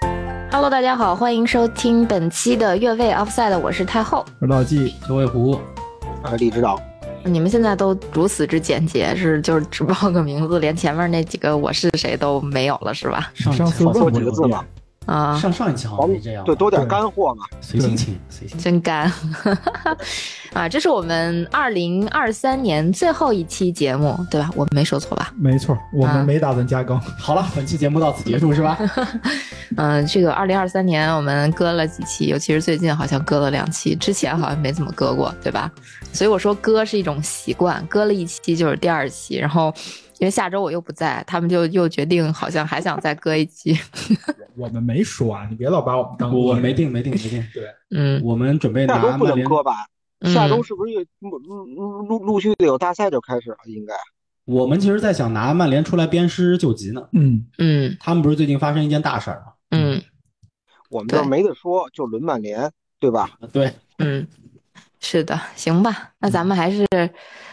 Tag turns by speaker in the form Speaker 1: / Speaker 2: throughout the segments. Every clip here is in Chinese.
Speaker 1: Hello，大家好，欢迎收听本期的越位 Offside，我是太后。
Speaker 2: 二道记，九尾狐，
Speaker 3: 啊，李指导，
Speaker 1: 你们现在都如此之简洁，是就是只报个名字，连前面那几个我是谁都没有了，是吧？
Speaker 2: 上次
Speaker 3: 少
Speaker 2: 问
Speaker 3: 说
Speaker 2: 过
Speaker 3: 几个字嘛，
Speaker 1: 啊，
Speaker 4: 上上一期好像没这样，
Speaker 3: 对，多点
Speaker 2: 对
Speaker 3: 干货嘛。
Speaker 4: 随心情，随心情。
Speaker 1: 真干 啊！这是我们二零二三年最后一期节目，对吧？我没说错吧？
Speaker 2: 没错，我
Speaker 1: 啊
Speaker 2: 们没打算加更，
Speaker 4: 好了，本期节目到 此结束是吧？
Speaker 1: 嗯、这个二零二三年我们割了几期，尤其是最近好像割了两期，之前好像没怎么割过，对吧？所以我说割是一种习惯，割了一期就是第二期，然后因为下周我又不在，他们就又决定好像还想再割一期，
Speaker 2: 我们没说啊，你别老把我们当
Speaker 4: 我我没定，没定，没定。
Speaker 1: 嗯，
Speaker 4: 我们准备
Speaker 3: 下周
Speaker 4: 拿
Speaker 3: 不
Speaker 4: 曼
Speaker 3: 能
Speaker 4: 联，
Speaker 3: 割吧？
Speaker 1: 嗯
Speaker 3: 下周是不是又陆陆陆陆续的有大赛就开始了？应该
Speaker 4: 我们其实在想拿曼联出来鞭尸救急呢。
Speaker 2: 嗯，
Speaker 1: 嗯
Speaker 4: 他们不是最近发生一件大事儿吗？
Speaker 1: 嗯
Speaker 3: 我们这儿
Speaker 1: 对
Speaker 3: 没得说，就轮曼联，对吧？
Speaker 4: 对，
Speaker 1: 嗯，是的，行吧，那咱们还是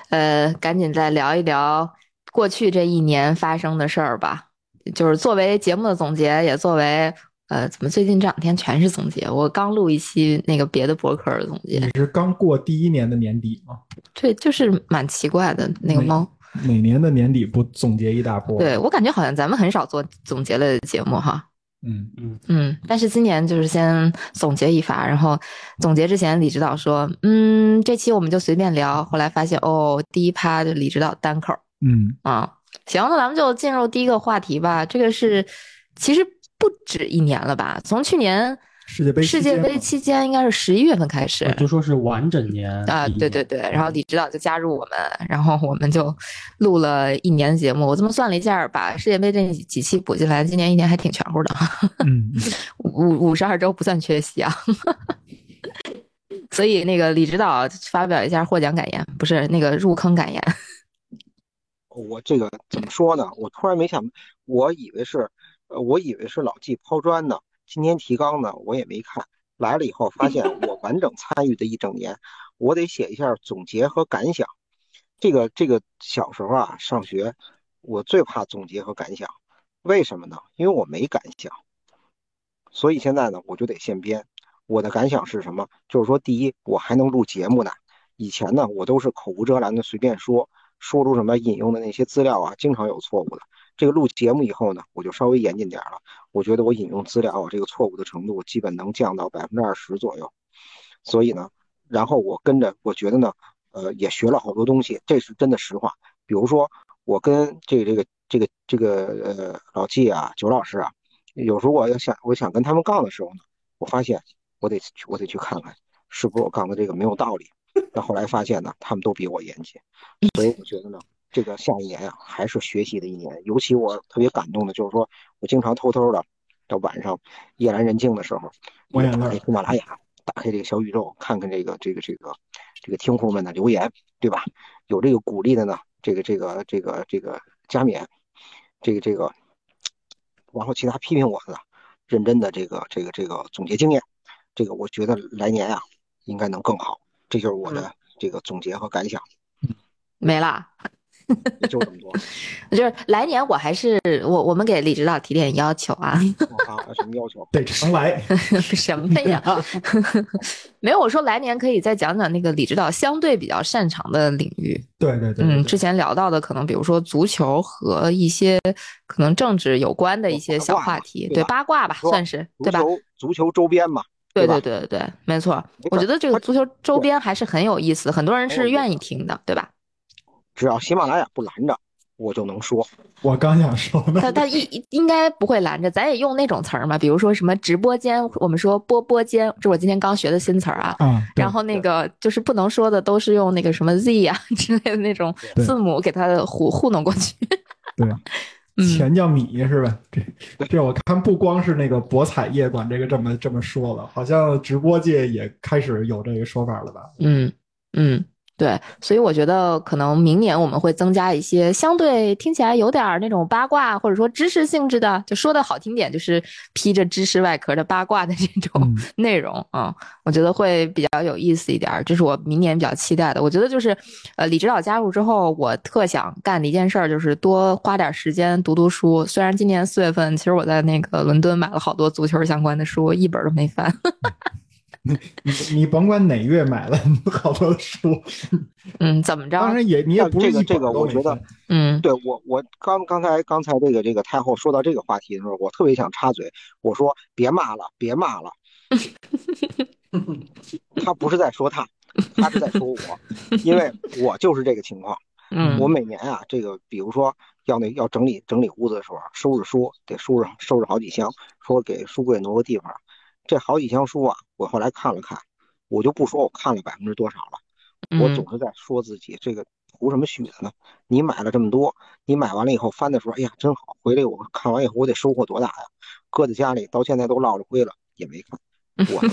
Speaker 1: 呃，赶紧再聊一聊过去这一年发生的事儿吧。就是作为节目的总结，也作为呃，怎么最近这两天全是总结？我刚录一期那个别的博客的总结
Speaker 2: 你，是刚过第一年的年底啊吗？
Speaker 1: 对，就是蛮奇怪的那个猫。
Speaker 2: 每年的年底不总结一大波？
Speaker 1: 对，我感觉好像咱们很少做总结类的节目哈。
Speaker 2: 嗯，
Speaker 4: 嗯，
Speaker 1: 嗯，但是今年就是先总结一发，然后总结之前，李指导说，嗯，这期我们就随便聊。后来发现，哦，第一趴就李指导单口
Speaker 2: 嗯
Speaker 1: 啊。行，那咱们就进入第一个话题吧。这个是其实不止一年了吧？从去年
Speaker 2: 世界杯期
Speaker 1: 世界
Speaker 2: 间
Speaker 1: 杯
Speaker 2: 嘛
Speaker 1: 期间，应该是十一月份开始
Speaker 4: 我就说是完整年
Speaker 1: 啊。对对，对，然后李指导就加入我们，然后我们就录了一年的节目。我这么算了一下，把世界杯这几期补进来，今年一年还挺全乎的。
Speaker 2: 嗯，
Speaker 1: 五五十二周不算缺席啊。 所以那个李指导发表一下获奖感言，不是那个入坑感言。
Speaker 3: 我这个怎么说呢？我突然没想，我以为是，呃，我以为是老纪抛砖呢，今天提纲呢，我也没看。来了以后发现我完整参与的一整年，我得写一下总结和感想。这个这个小时候啊，上学我最怕总结和感想，为什么呢？因为我没感想，所以现在呢，我就得现编。我的感想是什么？就是说，第一，我还能录节目呢。以前呢，我都是口无遮拦的随便说，说出什么引用的那些资料啊，经常有错误的。这个录节目以后呢，我就稍微严谨点儿了。我觉得我引用资料啊，这个错误的程度基本能降到百分之二十左右。所以呢，然后我跟着，我觉得呢，呃，也学了好多东西，这是真的实话。比如说，我跟这个这个这个这个呃老纪啊、九老师啊，有时候我要想我想跟他们杠的时候呢，我发现我得去我得去看看是不是我杠的这个没 有道理。那后来发现呢，他们都比我严谨，所以我觉得呢，这个下一年啊，还是学习的一年。尤其我特别感动的就是说，我经常偷偷的到晚上夜阑人静的时候，
Speaker 2: 抹
Speaker 3: 我
Speaker 2: 眼
Speaker 3: 打
Speaker 2: 泪儿
Speaker 3: 开喜马拉雅，打开这个小宇宙，看看这个这个这个这个听户们的留言，对吧？有这个鼓励的呢，这个这个这个这个加冕，这个这个，然后其他批评我的呢，认真的这个这个这个总结经验，这个我觉得来年啊应该能更好，这就是我
Speaker 1: 嗯
Speaker 3: 的这个总结和感想，
Speaker 1: 没啦，
Speaker 3: 也就这 么多
Speaker 1: 就是来年我还是我我们给李指导提点要求啊，
Speaker 3: 啊，什么要求？
Speaker 2: 得常来，
Speaker 1: 什么呀？ 没有，我说来年可以再讲讲那个李指导相对比较擅长的领域。
Speaker 2: 对对对对，
Speaker 1: 嗯，
Speaker 2: 对
Speaker 1: 之前聊到的可能比如说足球和一些可能政治有关的一些小话题，对
Speaker 3: 对吧
Speaker 1: 八卦吧，
Speaker 3: 说
Speaker 1: 算是
Speaker 3: 足
Speaker 1: 对吧？
Speaker 3: 球足球周边嘛，
Speaker 1: 对
Speaker 3: 对吧
Speaker 1: 对对对，没错儿
Speaker 3: 没。
Speaker 1: 我
Speaker 3: 错
Speaker 1: 觉
Speaker 3: 儿
Speaker 1: 得这个
Speaker 3: 它
Speaker 1: 足球周边还是很有意思，很多人
Speaker 2: 哦
Speaker 3: 很
Speaker 1: 是
Speaker 3: 有意
Speaker 1: 愿意
Speaker 3: 思
Speaker 1: 听的， 对吧？
Speaker 3: 只要喜马拉雅不拦着，我就能说。
Speaker 2: 我刚想说呢，
Speaker 1: 他他一应该不会拦着，咱也用那种词儿嘛，比如说什么直播间，我们说播播间，这我今天刚学的新词儿啊。
Speaker 2: 啊，对
Speaker 1: 然后那个就是不能说的，都是用那个什么 Z 啊 之类的那种
Speaker 2: 对
Speaker 1: 字母给他糊糊弄过去。
Speaker 2: 对，
Speaker 1: 嗯，
Speaker 2: 钱叫米是吧？这这我看不光是那个博彩业管这个这么这么说了，好像直播界也开始有这个说法了吧？
Speaker 1: 嗯嗯，对，所以我觉得可能明年我们会增加一些相对听起来有点儿那种八卦或者说知识性质的，就说的好听点，就是披着知识外壳的八卦的这种
Speaker 2: 嗯
Speaker 1: 内容啊、嗯我觉得会比较有意思一点儿，这是我明年比较期待的。我觉得就是，呃，李指导加入之后，我特想干的一件事儿就是多花点儿时间读读书。虽然今年四月份，其实我在那个伦敦买了好多足球相关的书，一本儿都没翻。
Speaker 2: 你你甭管哪月买了好多书，
Speaker 1: 嗯，怎么着？
Speaker 2: 当然也你也
Speaker 3: 但
Speaker 2: 不是
Speaker 3: 这个
Speaker 2: 一
Speaker 3: 这
Speaker 2: 本
Speaker 3: 个
Speaker 2: 都
Speaker 3: 我
Speaker 2: 没
Speaker 3: 觉得
Speaker 2: 看
Speaker 1: 嗯
Speaker 3: 对我，我刚刚才刚才这个这个太后说到这个话题的时候，我特别想插嘴，我说别骂了，别 骂了。他不是在说他，他是在说我，因为我就是这个情况。
Speaker 1: 嗯，
Speaker 3: 我每年啊，这个比如说要那要整理整理屋子的时候，啊收拾书得收拾收拾好几箱，说给书柜挪个地方。这好几箱书啊，我后来看了看，我就不说我看了百分之多少了。我
Speaker 1: 嗯
Speaker 3: 总是在说自己这个图什么许的呢？你买了这么多，你买完了以后翻的时候，哎呀真好，回来我看完以后我得收获多大呀？搁在家里到现在都落了灰了，也没看。我 啊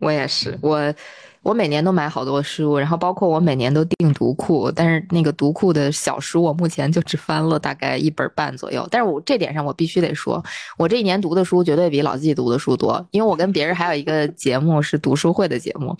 Speaker 1: 我也是，我我每年都买好多书，然后包括我每年都订读库，但是那个读库的小书我目前就只翻了大概一本半左右。但是我这点上我必须得说，我这一年读的书绝对比老纪读的书多，因为我跟别人还有一个节目是读书会的节目，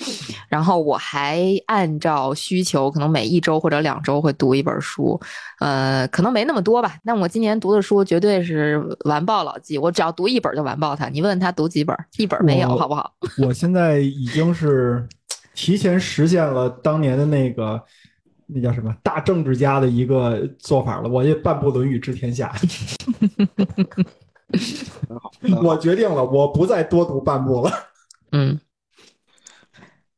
Speaker 1: 然后我还按照需求，可能每一周或者两周会读一本书，呃，可能没那么多吧。但我今年读的书绝对是完爆老纪，我只要读一本就完爆他。你问他读几本，一本没有，
Speaker 2: 我
Speaker 1: 好不好？
Speaker 2: 我现在已经是提前实现了当年的那个那叫什么大政治家的一个做法了。我也半部《论语治天下》，
Speaker 3: 很好，很好
Speaker 2: 我决定了，我不再多读半部了。
Speaker 1: 嗯，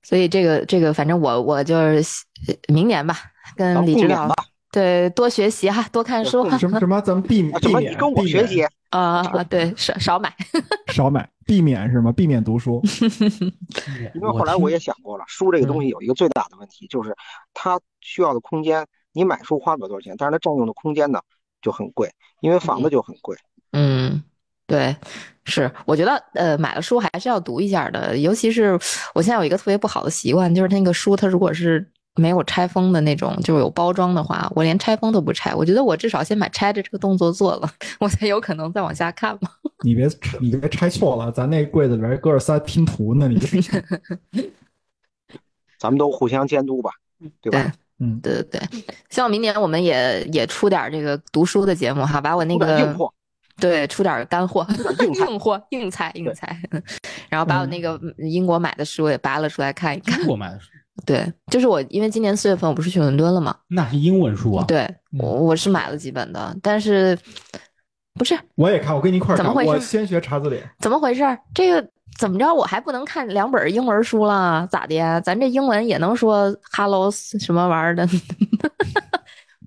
Speaker 1: 所以这个这个，反正我我就是呃明年吧，
Speaker 3: 咱
Speaker 1: 跟
Speaker 3: 们
Speaker 1: 李
Speaker 3: 共
Speaker 1: 指
Speaker 3: 勉
Speaker 1: 导对多学习哈，多看书哈
Speaker 2: 什么什么，咱们避
Speaker 3: 啊，
Speaker 2: 避
Speaker 3: 怎么
Speaker 2: 免
Speaker 3: 你跟我
Speaker 2: 避
Speaker 3: 学
Speaker 2: 免
Speaker 3: 习？
Speaker 1: 啊啊，对少少买，
Speaker 2: 少买，避免是吗？避免读书。
Speaker 3: 因为后来我也
Speaker 4: 听
Speaker 3: 想过了，书这个
Speaker 1: 嗯
Speaker 3: 东西有一个最大的问题，就是它需要的空间，你买书花不了多少钱，但是它占用的空间呢就很贵，因为房子就很贵。
Speaker 1: 嗯， 对，是，我觉得呃，买了书还是要读一下的，尤其是我现在有一个特别不好的习惯，就是那个书它如果是没有拆封的那种，就是有包装的话，我连拆封都不拆，我觉得我至少先把拆的这个动作做了， 我才有可能再往下看嘛。
Speaker 2: 你别你别拆错了，咱那柜子里边搁着仨拼图呢，你这
Speaker 3: 咱们都互相监督吧，对吧？
Speaker 2: 嗯，
Speaker 1: 对对对，希望明年我们也也出点儿这个读书的节目哈，把我那
Speaker 3: 出点
Speaker 1: 个
Speaker 3: 硬货，
Speaker 1: 对出点儿干货、
Speaker 3: 硬菜
Speaker 1: 硬货、 硬菜、硬
Speaker 3: 对嗯
Speaker 1: 菜，然后把我那个英国买的书也扒拉出来看一看。
Speaker 4: 英国买的书，
Speaker 1: 对，就是我，因为今年四月份我不是去伦敦了嘛，
Speaker 4: 那是英文书
Speaker 3: 哦
Speaker 4: 啊。，
Speaker 1: 对
Speaker 3: 嗯
Speaker 1: 我我是买了几本的，但是不是
Speaker 2: 我也看，我跟你一块儿
Speaker 1: 怎么
Speaker 2: 看。
Speaker 1: 回事
Speaker 2: 我先学查字 典，
Speaker 1: 怎么回事儿？这个怎么着？我还不能看两本英文书了？咋的呀？咱这英文也能说 “hello” 什么玩意儿的，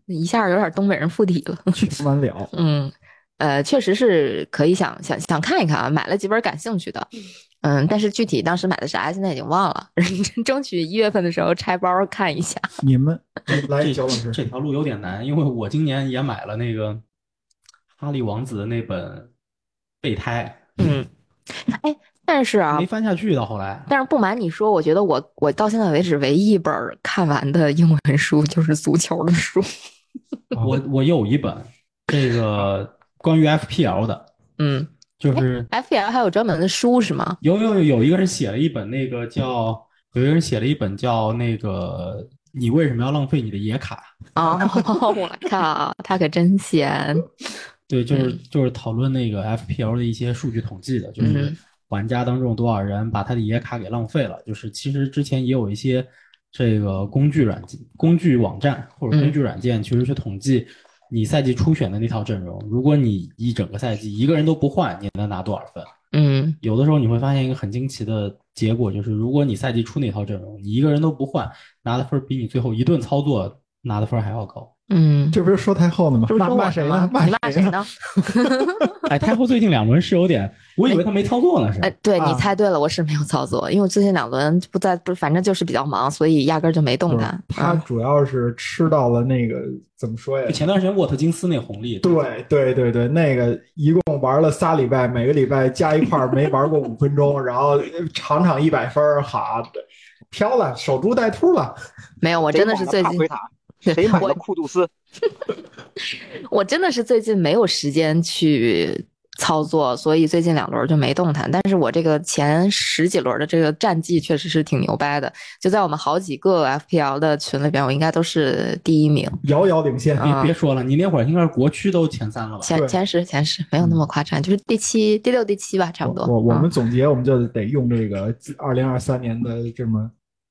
Speaker 1: 一下儿有点东北人附体了。
Speaker 2: 去不完了。
Speaker 1: 嗯，呃，确实是可以想想想看一看啊，买了几本感兴趣的，嗯，但是具体当时买的啥，现在已经忘了， 争取一月份的时候拆包看一下。
Speaker 2: 你 们来，
Speaker 4: 这
Speaker 2: 小老师，
Speaker 4: 这条路有点难，因为我今年也买了那个《哈利王子》的那本《备胎
Speaker 1: 嗯， 哎，但是》，啊
Speaker 4: 没，翻下去到后来。
Speaker 1: 但是不瞒你说，我觉得我我到现在为止唯一一本看完的英文书就是足球的书，啊
Speaker 4: 我我有一本这个关于 FPL 的，
Speaker 1: 嗯
Speaker 4: 就是
Speaker 1: ，FPL 还有专门的书是吗？
Speaker 4: 有有有有一个人写了一本那个叫，有一个人写了一本叫那个你为什么要浪费你的野卡？
Speaker 1: 哦， 我靠，他可真闲。
Speaker 4: 对，就是
Speaker 1: 嗯
Speaker 4: 就是讨论那个 FPL 的一些数据统计的，就是
Speaker 1: 嗯
Speaker 4: 玩家当中有多少人把他的野卡给浪费了。就是其实之前也有一些这个工具软件、工具网站或者工
Speaker 1: 嗯
Speaker 4: 具软件，其实去统计你赛季初选的那套阵容，如果你一整个赛季一个人都不换，你能拿多少分？
Speaker 1: 嗯
Speaker 4: 有的时候你会发现一个很惊奇的结果，就是如果你赛季初那套阵容，你一个人都不换，拿的分比你最后一顿操作拿的分还 要高。
Speaker 1: 嗯，
Speaker 2: 这不是说太后呢吗
Speaker 1: 这？不是
Speaker 2: 骂
Speaker 1: 说我
Speaker 2: 骂谁啊
Speaker 1: 吗
Speaker 2: 呢？骂
Speaker 1: 你骂谁
Speaker 2: 呢？
Speaker 1: 呢？
Speaker 4: 哎，太后最近两轮是有点，我以为他没操作呢，是
Speaker 1: 哎，对你
Speaker 2: 啊
Speaker 1: 猜对了，我是没有操作，因为我最近两轮不在，不是，反正就是比较忙，所以压根儿就没动
Speaker 2: 就是
Speaker 1: 它。
Speaker 2: 他
Speaker 1: 嗯
Speaker 2: 主要是吃到了那个怎么说呀
Speaker 4: 就？前段时间沃特金斯那红利，
Speaker 2: 对对对对，那个一共玩了仨礼拜，每个礼拜加一块儿没玩过五分钟，然后场场一百分儿，好，飘了，守株待兔了。
Speaker 1: 没有，我真的
Speaker 2: 啊
Speaker 1: 是最
Speaker 3: 谁买了
Speaker 1: 近
Speaker 3: 帕奎 塔谁买
Speaker 1: 我
Speaker 3: 了库杜斯？
Speaker 1: 我真的是最近没有时间去操作，所以最近两轮就没动弹。但是我这个前十几轮的这个战绩确实是挺牛掰的，就在我们好几个 FPL 的群里边，我应该都是第一名，
Speaker 2: 遥遥领先。
Speaker 1: 啊
Speaker 4: 别别说了，你那会儿应该是国区都前三了吧？
Speaker 1: 前
Speaker 2: 对嗯
Speaker 1: 前十前十，没有那么夸张，就是第七、第六、第七吧，差不多。
Speaker 2: 我我
Speaker 1: 嗯
Speaker 2: 们总结，我们就得用这个二零二三年的这么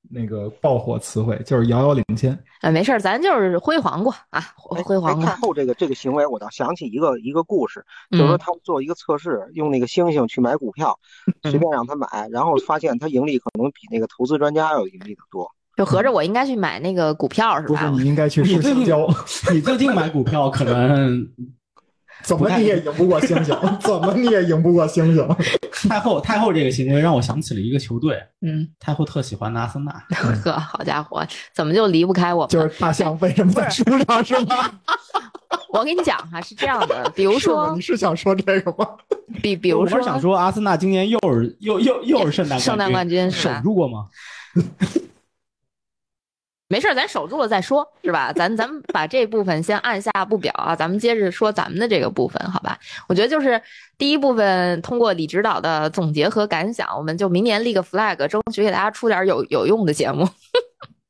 Speaker 2: 那个爆火词汇，就是遥遥领先。
Speaker 1: 呃没事儿，咱就是辉煌过啊，
Speaker 3: 哎
Speaker 1: 辉
Speaker 3: 哎
Speaker 1: 煌过
Speaker 3: 太。后这个这个行为，我倒想起一个一个故事，就是说
Speaker 1: 嗯，
Speaker 3: 他们做一个测试，用那个猩猩去买股票，
Speaker 1: 嗯
Speaker 3: 随便让他买，然后发现他盈利可能比那个投资专家要盈利的多。
Speaker 1: 就合着我应该去买那个股票是
Speaker 2: 不是
Speaker 1: 吧？
Speaker 2: 你应该去
Speaker 4: 嗯你
Speaker 2: 吃
Speaker 4: 最
Speaker 2: 香
Speaker 4: 近
Speaker 2: 蕉，
Speaker 4: 你最近买股票可能
Speaker 2: 怎么你也赢不过猩猩， 怎么你也赢不过猩猩。
Speaker 4: 太后太后这个行为让我想起了一个球队，
Speaker 1: 嗯，
Speaker 4: 太后特喜欢的阿森纳。
Speaker 1: 呵，好家伙，怎么就离不开我们？
Speaker 2: 就是大象为什么在树上是吗？
Speaker 1: 我跟你讲哈、是这样 的，比如
Speaker 2: 是吗
Speaker 1: 说
Speaker 2: 你，是想说这个吗？
Speaker 1: 比比如
Speaker 4: 我
Speaker 1: 说
Speaker 4: 是，想说，阿森纳今年又是又又又是圣诞
Speaker 1: 圣诞冠
Speaker 4: 冠
Speaker 1: 军是
Speaker 4: 守
Speaker 1: 吧？
Speaker 4: 住过吗？
Speaker 1: 没事儿，咱守住了再说，是吧？咱咱们把这部分先按下不表啊，咱们接着说咱们的这个部分，好吧？我觉得就是第一部分通过李指导的总结和感想，我们就明年立个 flag，争取给大家出点有有用的节目。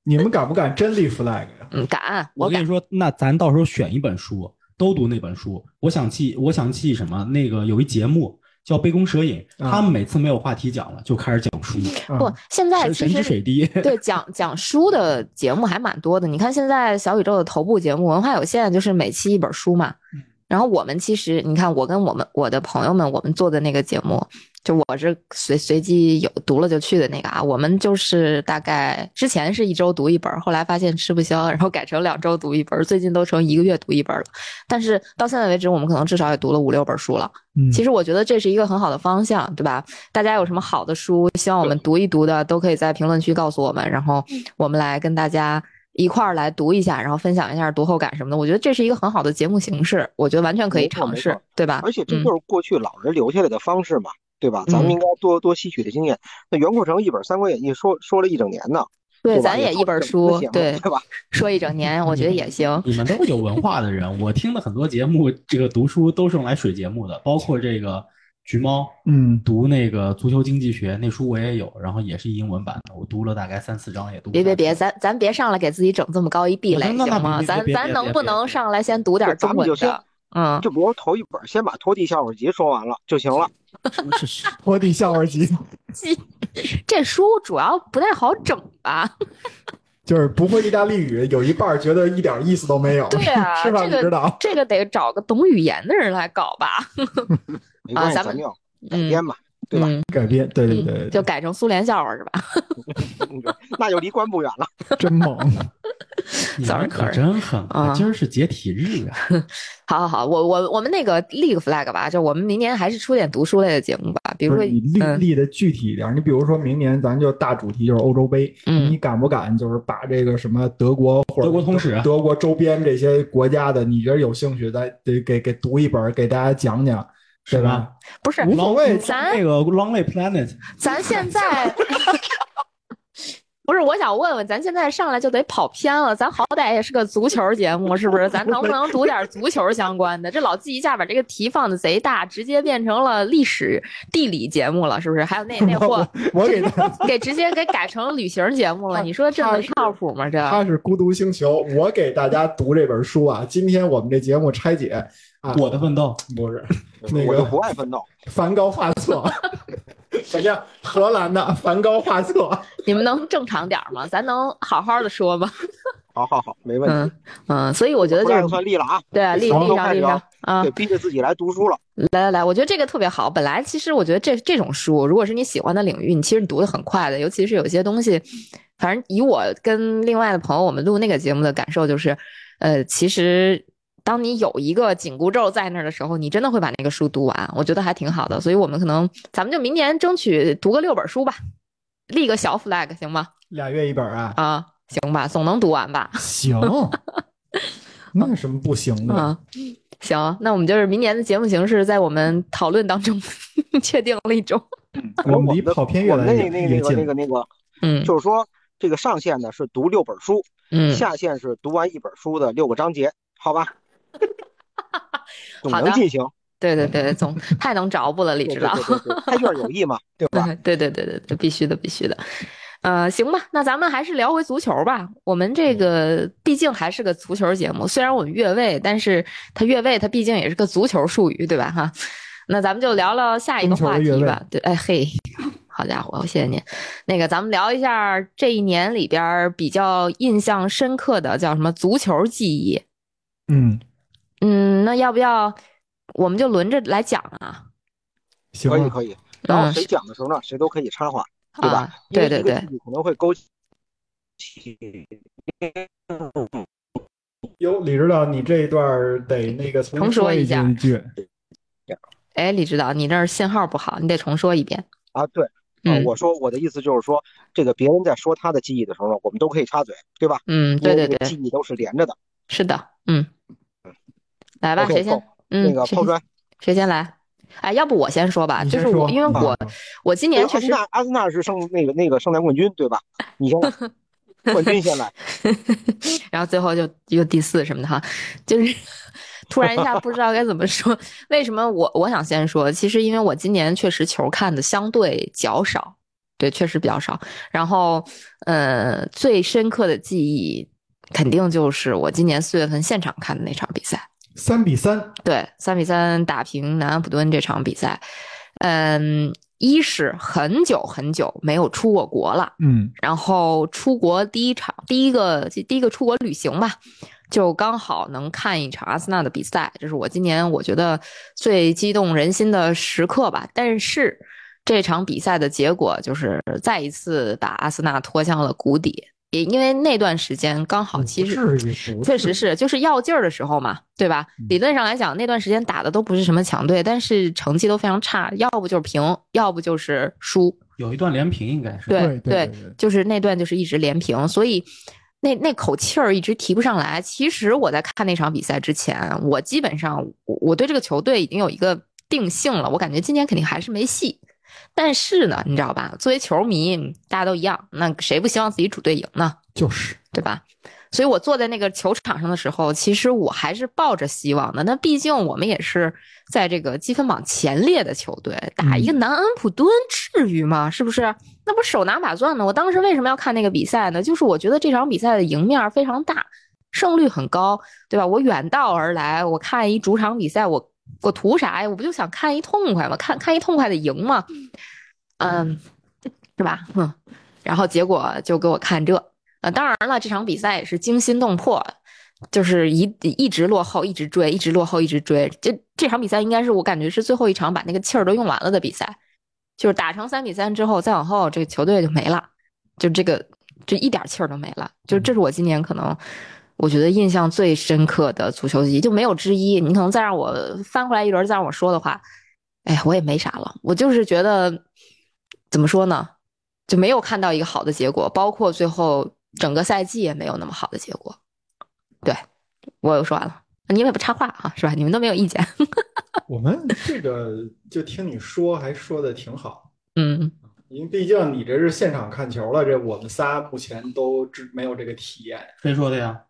Speaker 2: 你们敢不敢真立 flag 呀？
Speaker 1: 嗯，敢，
Speaker 4: 我
Speaker 1: 我
Speaker 4: 跟
Speaker 1: 敢
Speaker 4: 你。说，那咱到时候选一本书，都读那本书。我想去，我想去什么？那个有一节目叫《杯弓蛇影》，
Speaker 2: 啊
Speaker 4: 他们每次没有话题讲了，就开始讲书，
Speaker 1: 不
Speaker 2: 嗯，
Speaker 1: 现在
Speaker 4: 啊神
Speaker 1: 其
Speaker 4: 神之
Speaker 1: 实
Speaker 4: 水滴。
Speaker 1: 对，讲讲书的节目还蛮多的。你看现在小宇宙的头部节目《文化有限》，就是每期一本书嘛。然后我们其实，你看我跟我们我的朋友们，我们做的那个节目，就我是随随机有读了就去的那个啊。我们就是大概之前是一周读一本，后来发现吃不消，然后改成两周读一本，最近都成一个月读一本了。但是到现在为止，我们可能至少也读了五六本书了。
Speaker 2: 嗯
Speaker 1: 其实我觉得这是一个很好的方向，对吧？大家有什么好的书，希望我们读一读的，都可以在评论区告诉我们，然后
Speaker 3: 嗯
Speaker 1: 我们来跟大家一块儿来读一下，然后分享一下读后感什么的。我觉得这是一个很好的节目形式，我觉得完全可以
Speaker 3: 没错
Speaker 1: 尝
Speaker 3: 没
Speaker 1: 试
Speaker 3: 错，
Speaker 1: 对吧？
Speaker 3: 而且这
Speaker 1: 嗯
Speaker 3: 就是过去老人留下来的方式嘛，对吧？咱们
Speaker 1: 嗯
Speaker 3: 应该多多吸取这经验。那袁阔成一本《三国演义》说说了一整年呢，
Speaker 1: 对，
Speaker 3: 对吧
Speaker 1: 咱也
Speaker 3: 也做
Speaker 1: 一本
Speaker 3: 了这嗯么
Speaker 1: 书
Speaker 3: 多节，目
Speaker 1: 对，
Speaker 3: 对吧？
Speaker 1: 说一整年，我觉得也行。
Speaker 4: 你们都是有文化的人，我听的很多节目，这个读书都是用来水节目的，包括这个橘猫
Speaker 2: 嗯，
Speaker 4: 读那个足球经济学那书我也有，然后也是英文版的，我读了大概三四章也读不
Speaker 1: 别
Speaker 4: 下
Speaker 1: 别
Speaker 4: 去。
Speaker 1: 别，咱咱别上来给自己整这么高一壁
Speaker 3: 嗯
Speaker 4: 那
Speaker 1: 垒，
Speaker 4: 那那
Speaker 1: 行吗？
Speaker 4: 别别
Speaker 1: 咱
Speaker 4: 别
Speaker 1: 咱
Speaker 4: 别
Speaker 1: 能
Speaker 4: 别
Speaker 1: 不
Speaker 4: 别
Speaker 1: 能上来先读点
Speaker 3: 对咱
Speaker 1: 中
Speaker 3: 们
Speaker 1: 文
Speaker 3: 就先
Speaker 1: 的？嗯，
Speaker 3: 就比如头一本，先把拖地笑话集说完了就行了。
Speaker 4: 是是
Speaker 2: 托嗯地笑话集
Speaker 1: 这书主要不太好整吧？
Speaker 2: 就是不会意大利语，有一半儿觉得一点意思都没有，
Speaker 1: 对啊，
Speaker 2: 是吧？
Speaker 1: 这
Speaker 2: 你知
Speaker 1: 个
Speaker 2: 道，
Speaker 1: 这个得找个懂语言的人来搞吧，
Speaker 3: 没关系，
Speaker 1: 啊咱
Speaker 3: 咱
Speaker 1: 们
Speaker 3: 要改
Speaker 1: 嗯，
Speaker 3: 编嘛，对吧
Speaker 1: 嗯
Speaker 2: 改编，对对
Speaker 1: 嗯
Speaker 2: 对，
Speaker 1: 就改成苏联笑话是吧？
Speaker 3: 那就离官不远了。
Speaker 2: 真猛。
Speaker 4: 你
Speaker 1: 早上
Speaker 4: 们
Speaker 1: 可
Speaker 4: 可
Speaker 1: 是
Speaker 4: 真狠
Speaker 1: 啊
Speaker 4: 啊！今儿是解体日啊！
Speaker 1: 好好好，我我我们那个立个 flag 吧，就我们明年还是出点读书类的节目吧，比如
Speaker 2: 不
Speaker 1: 说
Speaker 2: 是你立
Speaker 1: 嗯
Speaker 2: 立的具体一点儿，你比如说明年咱就大主题就是欧洲杯，
Speaker 1: 嗯
Speaker 2: 你敢不敢就是把这个什么德国或者
Speaker 4: 德国通史
Speaker 2: 德国周边这些国家的，你觉得有兴趣，咱得给给读一本儿，给大家讲讲，对
Speaker 4: 是吧
Speaker 2: 吧？
Speaker 1: 不是
Speaker 2: 无所谓
Speaker 1: 咱
Speaker 4: 啊那个 Lonely Planet
Speaker 1: 咱现在。 不是，我想问问，咱现在上来就得跑偏了，咱好歹也是个足球节目，是不是？咱能不能读点足球相关的？这老季一下把这个题放的贼大，直接变成了历史地理节目了，是不是？还有那那货，
Speaker 2: 我给他，
Speaker 1: 给直接给改成旅行节目了，
Speaker 2: 他
Speaker 1: 你说这
Speaker 2: 他
Speaker 1: 能
Speaker 2: 是
Speaker 1: 靠谱吗？这
Speaker 2: 他是孤独星球，我给大家读这本书 啊。今天我们这节目拆解啊，
Speaker 4: 我的奋斗，
Speaker 2: 不是 那
Speaker 3: 我就
Speaker 2: 个
Speaker 3: 不爱奋斗，
Speaker 2: 梵高画 册，怎么样？荷兰的梵高画册，
Speaker 1: 你们能正常点儿吗？咱能好好的说吗？
Speaker 3: 好好好，没问题。
Speaker 1: 嗯嗯，所以我觉得
Speaker 3: 不
Speaker 1: 就
Speaker 3: 然就是算立了啊，
Speaker 1: 对啊，立
Speaker 3: 行
Speaker 1: 立
Speaker 3: 都
Speaker 1: 上
Speaker 3: 开
Speaker 1: 立
Speaker 3: 始
Speaker 1: 上
Speaker 3: 啊
Speaker 1: 啊
Speaker 3: 对，，逼着自己来读书了。
Speaker 1: 来来来，我觉得这个特别好。本来其实我觉得这这种书，如果是你喜欢的领域，你其实读的很快的，尤其是有些东西，反正以我跟另外的朋友我们录那个节目的感受就是，呃，其实。当你有一个紧箍咒在那儿的时候，你真的会把那个书读完，我觉得还挺好的。所以我们可能咱们就明年争取读个六本书吧，立个小 flag 行吗？
Speaker 2: 俩月一本啊，
Speaker 1: 啊，行吧，总能读完吧。
Speaker 2: 行，那有什么不行的？
Speaker 1: 嗯，行，那我们就是明年的节目形式，在我们讨论当中 确定了一种。
Speaker 2: 我
Speaker 3: 我
Speaker 2: 们离
Speaker 3: 的
Speaker 2: 跑偏越来
Speaker 3: 我们
Speaker 2: 越
Speaker 3: 的那那
Speaker 2: 越
Speaker 3: 个那
Speaker 2: 近
Speaker 3: 个那个那个，
Speaker 1: 嗯，
Speaker 3: 就是说这个上限呢是读六本书，
Speaker 1: 嗯，
Speaker 3: 下限是读完一本书的六个章节，好吧？总
Speaker 1: 好
Speaker 3: 能
Speaker 1: 的
Speaker 3: 进行，
Speaker 1: 对对对，总太能着不了，李
Speaker 3: 对
Speaker 1: 指
Speaker 3: 对
Speaker 1: 导。
Speaker 3: 对对对，开卷有益嘛，对 吧？
Speaker 1: 对对对对对，必须的，必须的。呃，行吧，那咱们还是聊回足球吧。我们这
Speaker 2: 嗯
Speaker 1: 个毕竟还是个足球节目，虽然我们越位，但是它越位它毕竟也是个足球术语，对吧？哈，那咱们就聊聊下一个
Speaker 2: 中球
Speaker 1: 话
Speaker 2: 的越
Speaker 1: 题
Speaker 2: 位
Speaker 1: 吧。对，哎嘿，好家伙，谢谢您。那个，咱们聊一下这一年里边儿比较印象深刻的叫什么足球记忆。
Speaker 2: 嗯，
Speaker 1: 嗯，那要不要我们就轮着来讲啊？
Speaker 2: 行啊
Speaker 3: 可以
Speaker 2: 吧，
Speaker 3: 可以。然后
Speaker 1: 嗯，
Speaker 3: 谁讲的时候呢，谁都可以插话，对吧
Speaker 1: 啊，对对对，，
Speaker 3: 可能会勾起
Speaker 2: 哟，李指导，你这一段儿得那个重
Speaker 1: 重说一下
Speaker 2: 一句，
Speaker 1: 哎，李指导，你那儿信号不好，你得重说一遍。
Speaker 3: 啊，对。啊
Speaker 1: 嗯，
Speaker 3: 我说我的意思就是说，这个别人在说他的记忆的时候呢，我们都可以插嘴，对吧？
Speaker 1: 嗯，
Speaker 3: 因为
Speaker 1: 对对
Speaker 3: 这个
Speaker 1: 对，
Speaker 3: 记忆都是连着的。
Speaker 1: 是的，嗯，来吧，
Speaker 3: OK，
Speaker 1: 谁先
Speaker 3: 够？
Speaker 1: 嗯，
Speaker 3: 那个
Speaker 1: 谁
Speaker 3: 抛砖，
Speaker 1: 谁先来？哎，要不我先说吧，
Speaker 2: 你
Speaker 1: 就是
Speaker 2: 先说
Speaker 1: 我，因为
Speaker 2: 啊
Speaker 1: 我我今
Speaker 3: 那
Speaker 1: 年确
Speaker 3: 个阿森
Speaker 1: 实
Speaker 3: 纳，阿森纳是圣那个那个圣诞冠军，对吧？你先来，冠军先来。
Speaker 1: 然后最后就又第四什么的哈，就是 突然一下不知道该怎么说。 为什么我我想先说？其实因为我今年确实球看的相对较少，对，确实比较少。然后，呃，最深刻的记忆肯定就是我今年四月份现场看的那场比赛。
Speaker 2: 三比三，
Speaker 1: 对，三比三打平南安普敦这场比赛，嗯，一是很久很久没有出过国了，
Speaker 2: 嗯，
Speaker 1: 然后出国第一场，第一个第一个出国旅行吧，就刚好能看一场阿森纳的比赛，这是我今年我觉得最激动人心的时刻吧。但是这场比赛的结果就是再一次把阿森纳拖向了谷底，也因为那段时间刚
Speaker 2: 嗯
Speaker 1: 好哦其实
Speaker 2: 不至于，不
Speaker 1: 确实
Speaker 2: 至于，
Speaker 1: 是，就是要劲儿的时候嘛，对吧？
Speaker 2: 嗯
Speaker 1: 理论上来讲，那段时间打的都不是什么强队，但是成绩都非常差，要不就是平，要不就是输。
Speaker 4: 有一段连平应该是
Speaker 1: 对
Speaker 2: 对对对对
Speaker 1: 就是那段就是一直连平，所以那那口气儿一直提不上来。其实我在看那场比赛之前，我基本上我我对这个球队已经有一个定性了，我感觉今年肯定还是没戏。但是呢，你知道吧？作为球迷，大家都一样，那谁不希望自己主队赢呢？
Speaker 2: 就是
Speaker 1: 对吧？所以我坐在那个球场上的时候，其实我还是抱着希望的。那毕竟我们也是在这个积分榜前列的球队，打一个南安普敦，至于吗？是不是？那不是手拿把攥呢？我当时为什么要看那个比赛呢？就是我觉得这场比赛的赢面非常大，胜率很高，对吧？我远道而来，我看一主场比赛，我我图啥呀？我不就想看一痛快吗？看看一痛快的赢吗？嗯，是吧？嗯，然后结果就给我看这。呃，当然了，这场比赛也是惊心动魄，就是一一直落后，一直追，一直落后，一直追。这这场比赛应该是我感觉是最后一场把那个气儿都用完了的比赛，就是打成三比三之后，再往后这个球队就没了，就这个这一点气儿都没了。就这是我今年可能我觉得印象最深刻的足球记忆，就没有之一。你可能再让我翻回来一轮，再让我说的话，哎，我也没啥了。我就是觉得怎么说呢？就没有看到一个好的结果，包括最后整个赛季也没有那么好的结果。对，我又说完了，你们也不插话啊，是吧？你们都没有意见。
Speaker 2: 我们这个就听你说，还说的挺好，
Speaker 1: 嗯，
Speaker 2: 因为毕竟你这是现场看球了，这我们仨目前都只没有这个体验。
Speaker 4: 谁说的呀？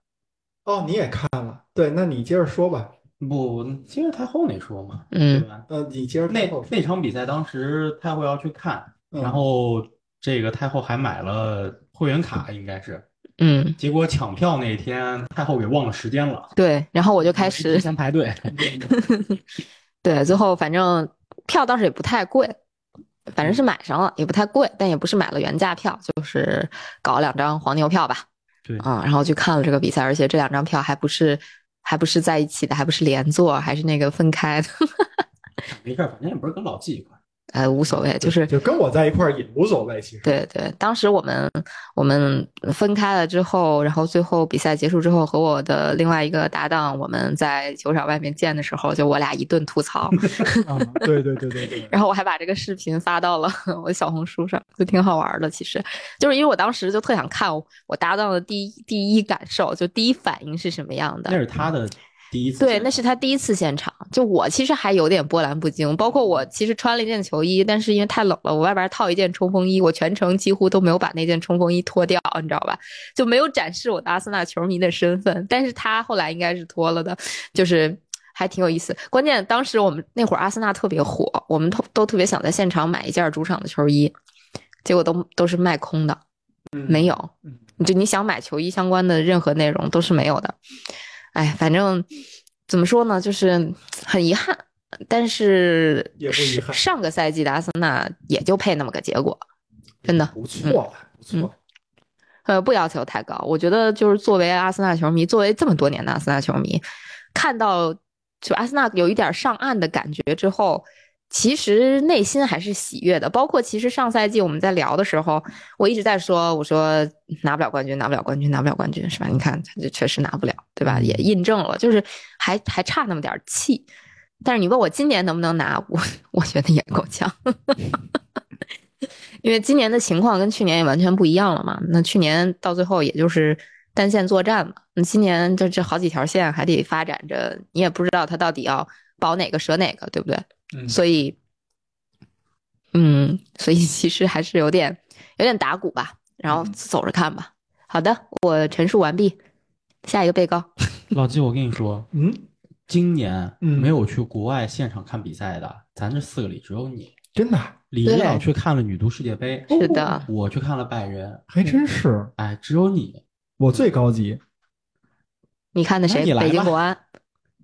Speaker 2: 哦，你也看了，对，那你接着说吧，
Speaker 4: 不，接着太后那说嘛，
Speaker 1: 嗯
Speaker 4: 对吧？
Speaker 2: 呃，你接着
Speaker 4: 那
Speaker 2: 看后说
Speaker 4: 那场比赛当时太后要去看，
Speaker 2: 嗯
Speaker 4: 然后这个太后还买了会员卡，应该是。
Speaker 1: 嗯，
Speaker 4: 结果抢票那天太后给忘了时间了，
Speaker 1: 对。然后我就开始
Speaker 4: 提前 排队。
Speaker 2: 嗯
Speaker 1: 对，最后反正票倒是也不太贵，反正是买上了，也不太贵，但也不是买了原价票，就是搞两张黄牛票吧。
Speaker 4: 对
Speaker 1: 啊、然后去看了这个比赛，而且这两张票还不是还不是在一起的，还不是连坐，还是那个分开的，
Speaker 4: 没事儿，反正也不是跟老纪一块儿。
Speaker 1: 呃，无所谓，就是
Speaker 2: 就跟我在一块儿也无所谓，其实。
Speaker 1: 对对，当时我们我们分开了之后，然后最后比赛结束之后，和我的另外一个搭档，我们在球场外面见的时候，就我俩一顿吐槽，
Speaker 2: 啊，对对对对对，
Speaker 1: 然后我还把这个视频发到了 我的小红书上，就挺好玩的。其实就是因为我当时就特想看我我搭档的第一第一感受，就第一反应是什么样
Speaker 4: 那
Speaker 1: 的。
Speaker 4: 是他的第一次
Speaker 1: 对，
Speaker 4: 现
Speaker 1: 那是
Speaker 4: 场
Speaker 1: 他第一次现场。就我其实还有点波澜不惊，包括我其实穿了一件球衣，但是因为太冷了，我外边套一件冲锋衣，我全程几乎都没有把那件冲锋衣脱掉，你知道吧？就没有展示我的阿森纳球迷的身份。但是他后来应该是脱了的，就是还挺有意思。关键当时我们那会儿阿森纳特别火，我们都都特别想在现场买一件主场的球衣，结果都都是卖空的，没有。
Speaker 2: 嗯
Speaker 1: 就你想买球衣相关的任何内容都是没有的。哎，反正怎么说呢，就是很遗憾，但是
Speaker 2: 也不遗憾
Speaker 1: 上个赛季的阿森纳也就配那么个结果，真的。
Speaker 2: 不错了，不错了。
Speaker 1: 呃，不要求太高。我觉得就是作为阿森纳球迷，作为这么多年的阿森纳球迷，看到就阿森纳有一点上岸的感觉之后，其实内心还是喜悦的。包括其实上赛季我们在聊的时候，我一直在说，我说拿不了冠军，拿不了冠军，拿不了冠军，是吧？你看，这确实拿不了，对吧？也印证了，就是还还差那么点气。但是你问我今年能不能拿，我我觉得也够呛。因为今年的情况跟去年也完全不一样了嘛。那去年到最后也就是单线作战嘛，那今年这这好几条线还得发展着，你也不知道他到底要保哪个舍哪个，对不对？
Speaker 2: 嗯
Speaker 1: 所以，嗯，所以其实还是有点有点打鼓吧，然
Speaker 4: 嗯
Speaker 1: 后走着看吧。好的，我陈述完毕，下一个被告。
Speaker 4: 老季，我跟你说，
Speaker 2: 嗯，
Speaker 4: 今年
Speaker 2: 嗯
Speaker 4: 没有去国外现场看比赛的，咱这四个里只有你。
Speaker 2: 真的
Speaker 4: 李一老
Speaker 1: 对
Speaker 4: 去看了女足世界
Speaker 2: 哦
Speaker 4: 杯，
Speaker 1: 是的，
Speaker 4: 我去看了拜仁，
Speaker 2: 还真
Speaker 1: 嗯
Speaker 2: 是
Speaker 4: 哎，只有你。
Speaker 2: 我最高级。
Speaker 1: 你看的
Speaker 4: 那
Speaker 1: 谁
Speaker 4: 你？来
Speaker 1: 北京
Speaker 4: 吧
Speaker 1: 国安。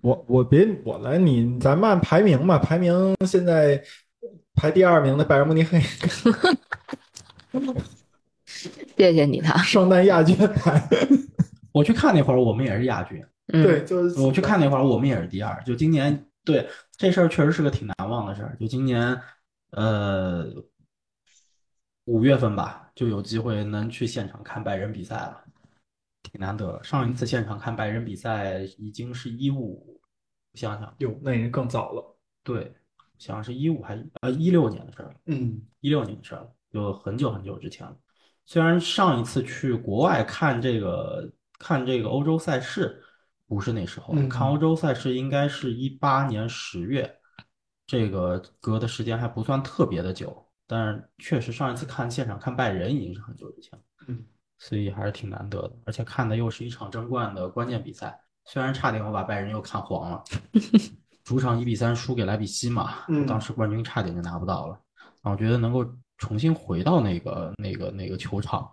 Speaker 2: 我我别我来你，咱们按排名吧，排名现在排第二名的拜仁慕尼黑，
Speaker 1: 谢谢你啊他。
Speaker 2: 圣诞亚军排，
Speaker 4: 我去看那会儿，我们也是亚军。
Speaker 1: 嗯，
Speaker 2: 对，就是
Speaker 4: 我去看那会儿，我们也是第二。就今年，对这事儿确实是个挺难忘的事儿。就今年，呃，五月份吧，就有机会能去现场看拜仁比赛了，挺难得的。上一次现场看拜仁比赛已经是一五，我想想，
Speaker 2: 哟，那人更早了。
Speaker 4: 对，想是一五还是呃一六年的事儿了。
Speaker 2: 嗯，
Speaker 4: 一六年的事儿了，有很久很久之前了。虽然上一次去国外看这个看这个欧洲赛事不是那时候，
Speaker 2: 嗯
Speaker 4: 看欧洲赛事应该是一八年十月，这个隔的时间还不算特别的久，但是确实上一次看现场看拜仁已经是很久之前了，
Speaker 2: 嗯，
Speaker 4: 所以还是挺难得的，而且看的又是一场争冠的关键比赛，虽然差点我把拜仁又看黄了，主场一比三输给莱比锡嘛，
Speaker 2: 嗯
Speaker 4: 当时冠军差点就拿不到了。啊，我觉得能够重新回到那个那个那个球场，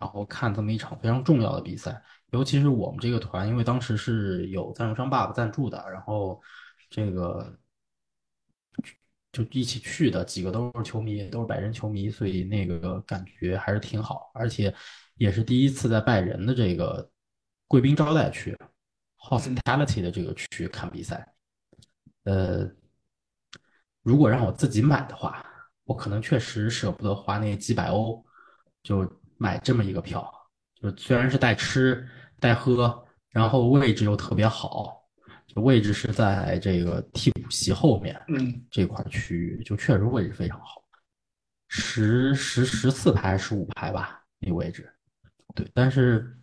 Speaker 4: 然后看这么一场非常重要的比赛，尤其是我们这个团，因为当时是有赞助商爸爸赞助的，然后这个就一起去的几个都是球迷，都是拜仁球迷，所以那个感觉还是挺好，而且也是第一次在拜仁的这个贵宾招待区 （hospitality） 的这个区看比赛。呃，如果让我自己买的话，我可能确实舍不得花那几百欧，就买这么一个票。就是虽然是带吃带喝，然后位置又特别好，就位置是在这个替补席后面，
Speaker 2: 嗯，
Speaker 4: 这块区域，就确实位置非常好，十十十四排还是十五排吧，那个位置。对，但是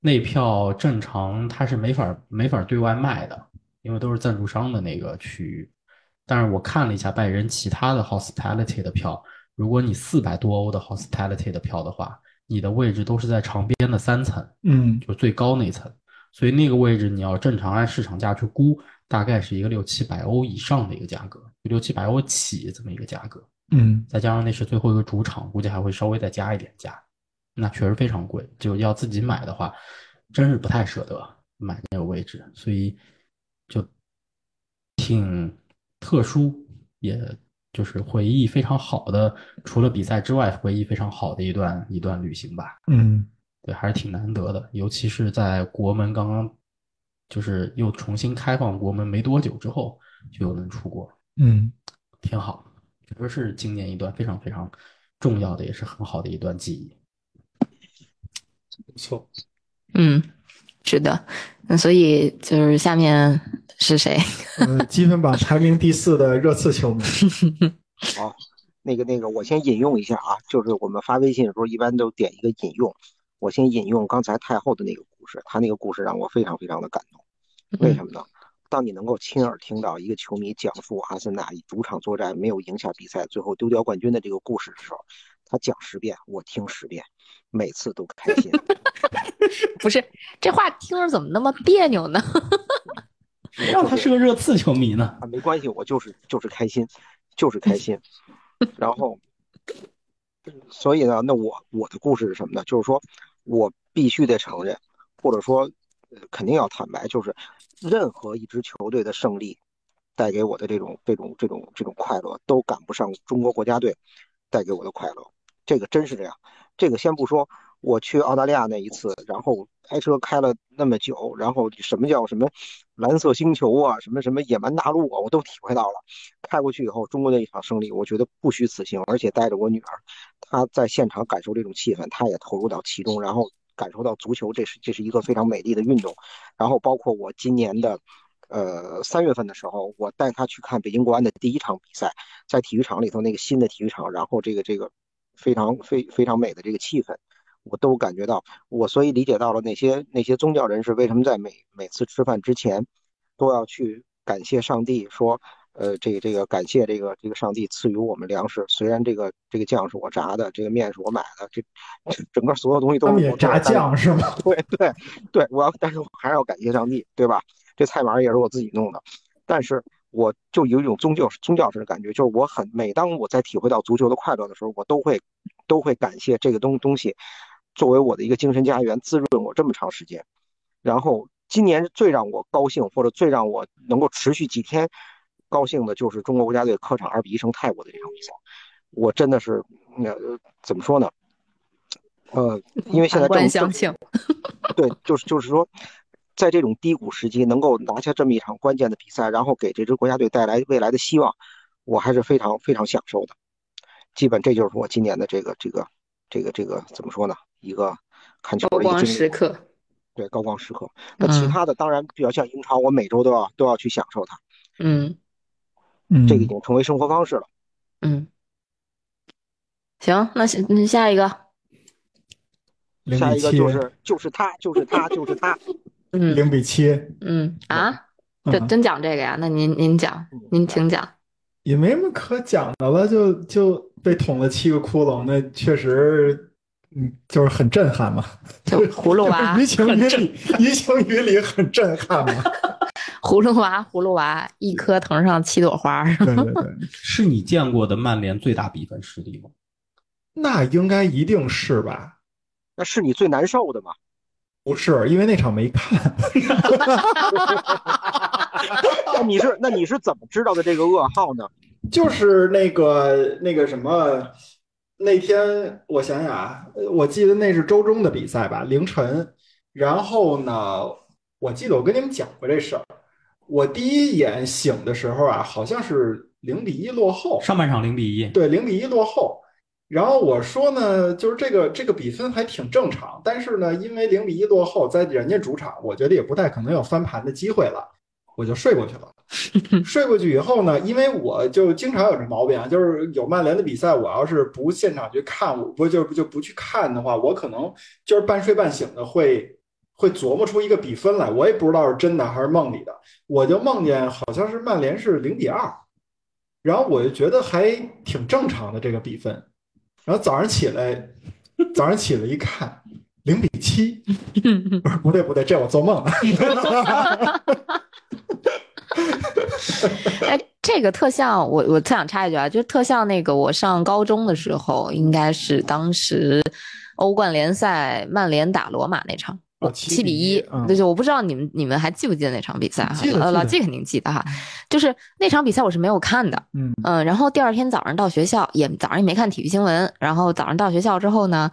Speaker 4: 那票正常它是没法没法对外卖的，因为都是赞助商的那个区域。但是我看了一下拜仁其他的 hospitality 的票，如果你四百多欧的 hospitality 的票的话，你的位置都是在场边的三层，
Speaker 2: 嗯，
Speaker 4: 就最高那层，所以那个位置你要正常按市场价去估，大概是一个六七百欧以上的一个价格，六七百欧起这么一个价格，
Speaker 2: 嗯，
Speaker 4: 再加上那是最后一个主场，估计还会稍微再加一点价，那确实非常贵，就要自己买的话，真是不太舍得买那个位置，所以就挺特殊，也就是回忆非常好的，除了比赛之外，回忆非常好的一段一段旅行吧。
Speaker 2: 嗯，
Speaker 4: 对，还是挺难得的，尤其是在国门刚刚就是又重新开放国门没多久之后，就有人出国，
Speaker 2: 嗯，
Speaker 4: 挺好，确实是今年一段非常非常重要的，也是很好的一段记忆。
Speaker 2: 不错。
Speaker 1: 嗯，是的，嗯，所以就是下面是谁？
Speaker 2: 呃，积分榜排名第四的热刺球迷，
Speaker 3: 那个那个，我先引用一下啊，就是我们发微信的时候一般都点一个引用，我先引用刚才太后的那个故事，她那个故事让我非常非常的感动。为什么呢？当你能够亲耳听到一个球迷讲述阿森纳以主场作战没有赢下比赛，最后丢掉冠军的这个故事的时候，他讲十遍，我听十遍，每次都开心。
Speaker 1: 不是这话听着怎么那么别扭呢？
Speaker 4: 谁让他是个热刺球迷呢？
Speaker 3: 啊，没关系，我就是就是开心，就是开心。然后，所以呢，那我我的故事是什么呢？就是说我必须得承认，或者说、呃肯定要坦白，就是任何一支球队的胜利带给我的这种这种这种这种快乐，都赶不上中国国家队带给我的快乐。这个真是这样。这个先不说，我去澳大利亚那一次，然后开车开了那么久，然后什么叫什么蓝色星球啊，什么什么野蛮大陆啊，我都体会到了。开过去以后，中国的一场胜利，我觉得不虚此行。而且带着我女儿，她在现场感受这种气氛，她也投入到其中，然后感受到足球这是这是一个非常美丽的运动。然后包括我今年的。呃，三月份的时候，我带她去看北京国安的第一场比赛，在体育场里头那个新的体育场，然后这个这个非常非非常美的这个气氛，我都感觉到，我所以理解到了那些那些宗教人士为什么在每每次吃饭之前都要去感谢上帝，说，呃，这个这个感谢这个这个上帝赐予我们粮食，虽然这个这个酱是我炸的，这个面是我买的，这 这整个所有东西都
Speaker 2: 他
Speaker 3: 是
Speaker 2: 们也
Speaker 3: 我做的
Speaker 2: 炸
Speaker 3: 但是
Speaker 2: 酱是吗？
Speaker 3: 对对对，我要，但是我还是要感谢上帝，对吧？这菜码儿也是我自己弄的，但是我就有一种宗教宗教式的感觉，就是我很每当我在体会到足球的快乐的时候，我都会都会感谢这个东东西作为我的一个精神家园，滋润我这么长时间。然后今年最让我高兴，或者最让我能够持续几天高兴的，就是中国国家队客场二比一胜泰国的这场比赛，我真的是，呃，怎么说呢？呃，因为现在
Speaker 1: 反
Speaker 3: 正
Speaker 1: 观
Speaker 3: 正
Speaker 1: 相庆，
Speaker 3: 对，就是就是说，在这种低谷时期能够拿下这么一场关键的比赛，然后给这支国家队带来未来的希望，我还是非常非常享受的。基本这就是我今年的这个这个这个这个怎么说呢？一个看球
Speaker 1: 高
Speaker 3: 的一个
Speaker 1: 光
Speaker 3: 经历
Speaker 1: 时，刻。
Speaker 3: 对高光时刻。那其
Speaker 1: 嗯
Speaker 3: 他的当然比较像英超，我每周都要都要去享受它，
Speaker 1: 嗯
Speaker 2: 嗯
Speaker 3: 这个已经成为生活方式了。
Speaker 1: 嗯，行，那下那下一个，
Speaker 4: 零
Speaker 3: 下
Speaker 4: 比
Speaker 3: 一个
Speaker 4: 七
Speaker 3: 就是就是他，就是他，就是他。
Speaker 1: 嗯
Speaker 2: 零比七，
Speaker 1: 嗯啊，
Speaker 2: 嗯
Speaker 1: 这真讲这个呀？那您您讲，
Speaker 3: 嗯
Speaker 1: 您请讲。
Speaker 2: 也没什么可讲的了，就就被捅了七个窟窿，那确实，嗯，就是很震撼嘛。
Speaker 1: 就葫芦 娃
Speaker 2: 于情于理，于情于理很震撼嘛。
Speaker 1: 葫芦娃，葫芦娃，一棵藤上七朵花。
Speaker 2: 对对对，
Speaker 4: 是你见过的曼联最大比分失利吗？
Speaker 2: 那应该一定是吧？
Speaker 3: 那是你最难受的嘛？
Speaker 2: 不是，因为那场没看，
Speaker 3: 那你是那你是怎么知道的这个噩耗呢？
Speaker 2: 就是那个那个什么，那天我想想啊，呃我记得那是周中的比赛吧，凌晨。然后呢，我记得我跟你们讲过这事儿。我第一眼醒的时候啊，好像是零比一落后，
Speaker 4: 上半场零比一，
Speaker 2: 对，零比一落后。然后我说呢，就是这个这个比分还挺正常，但是呢，因为零比一落后，在人家主场，我觉得也不太可能有翻盘的机会了，我就睡过去了。睡过去以后呢，因为我就经常有这毛病啊，就是有曼联的比赛，我要是不现场去看，我不就就不去看的话，我可能就是半睡半醒的会会琢磨出一个比分来，我也不知道是真的还是梦里的。我就梦见好像是曼联是零比二，然后我就觉得还挺正常的这个比分，然后早上起来，早上起来一看零比七，不是不对不对，这我做梦了，
Speaker 1: 哎，这个特效，我我特想插一句啊，就是特效那个，我上高中的时候，应该是当时欧冠联赛曼联打罗马那场，
Speaker 2: 哦
Speaker 1: 我
Speaker 2: 7
Speaker 1: 七
Speaker 2: 比
Speaker 1: 比一
Speaker 2: 1嗯，
Speaker 1: 对，就我不知道你们你们还记不记得那场比赛啊
Speaker 2: 记？
Speaker 1: 呃，
Speaker 2: 得记
Speaker 1: 老
Speaker 2: 得
Speaker 1: 季肯定记得哈，就是那场比赛我是没有看的，
Speaker 2: 嗯
Speaker 1: 嗯，然后第二天早上到学校，也早上也没看体育新闻。然后早上到学校之后呢，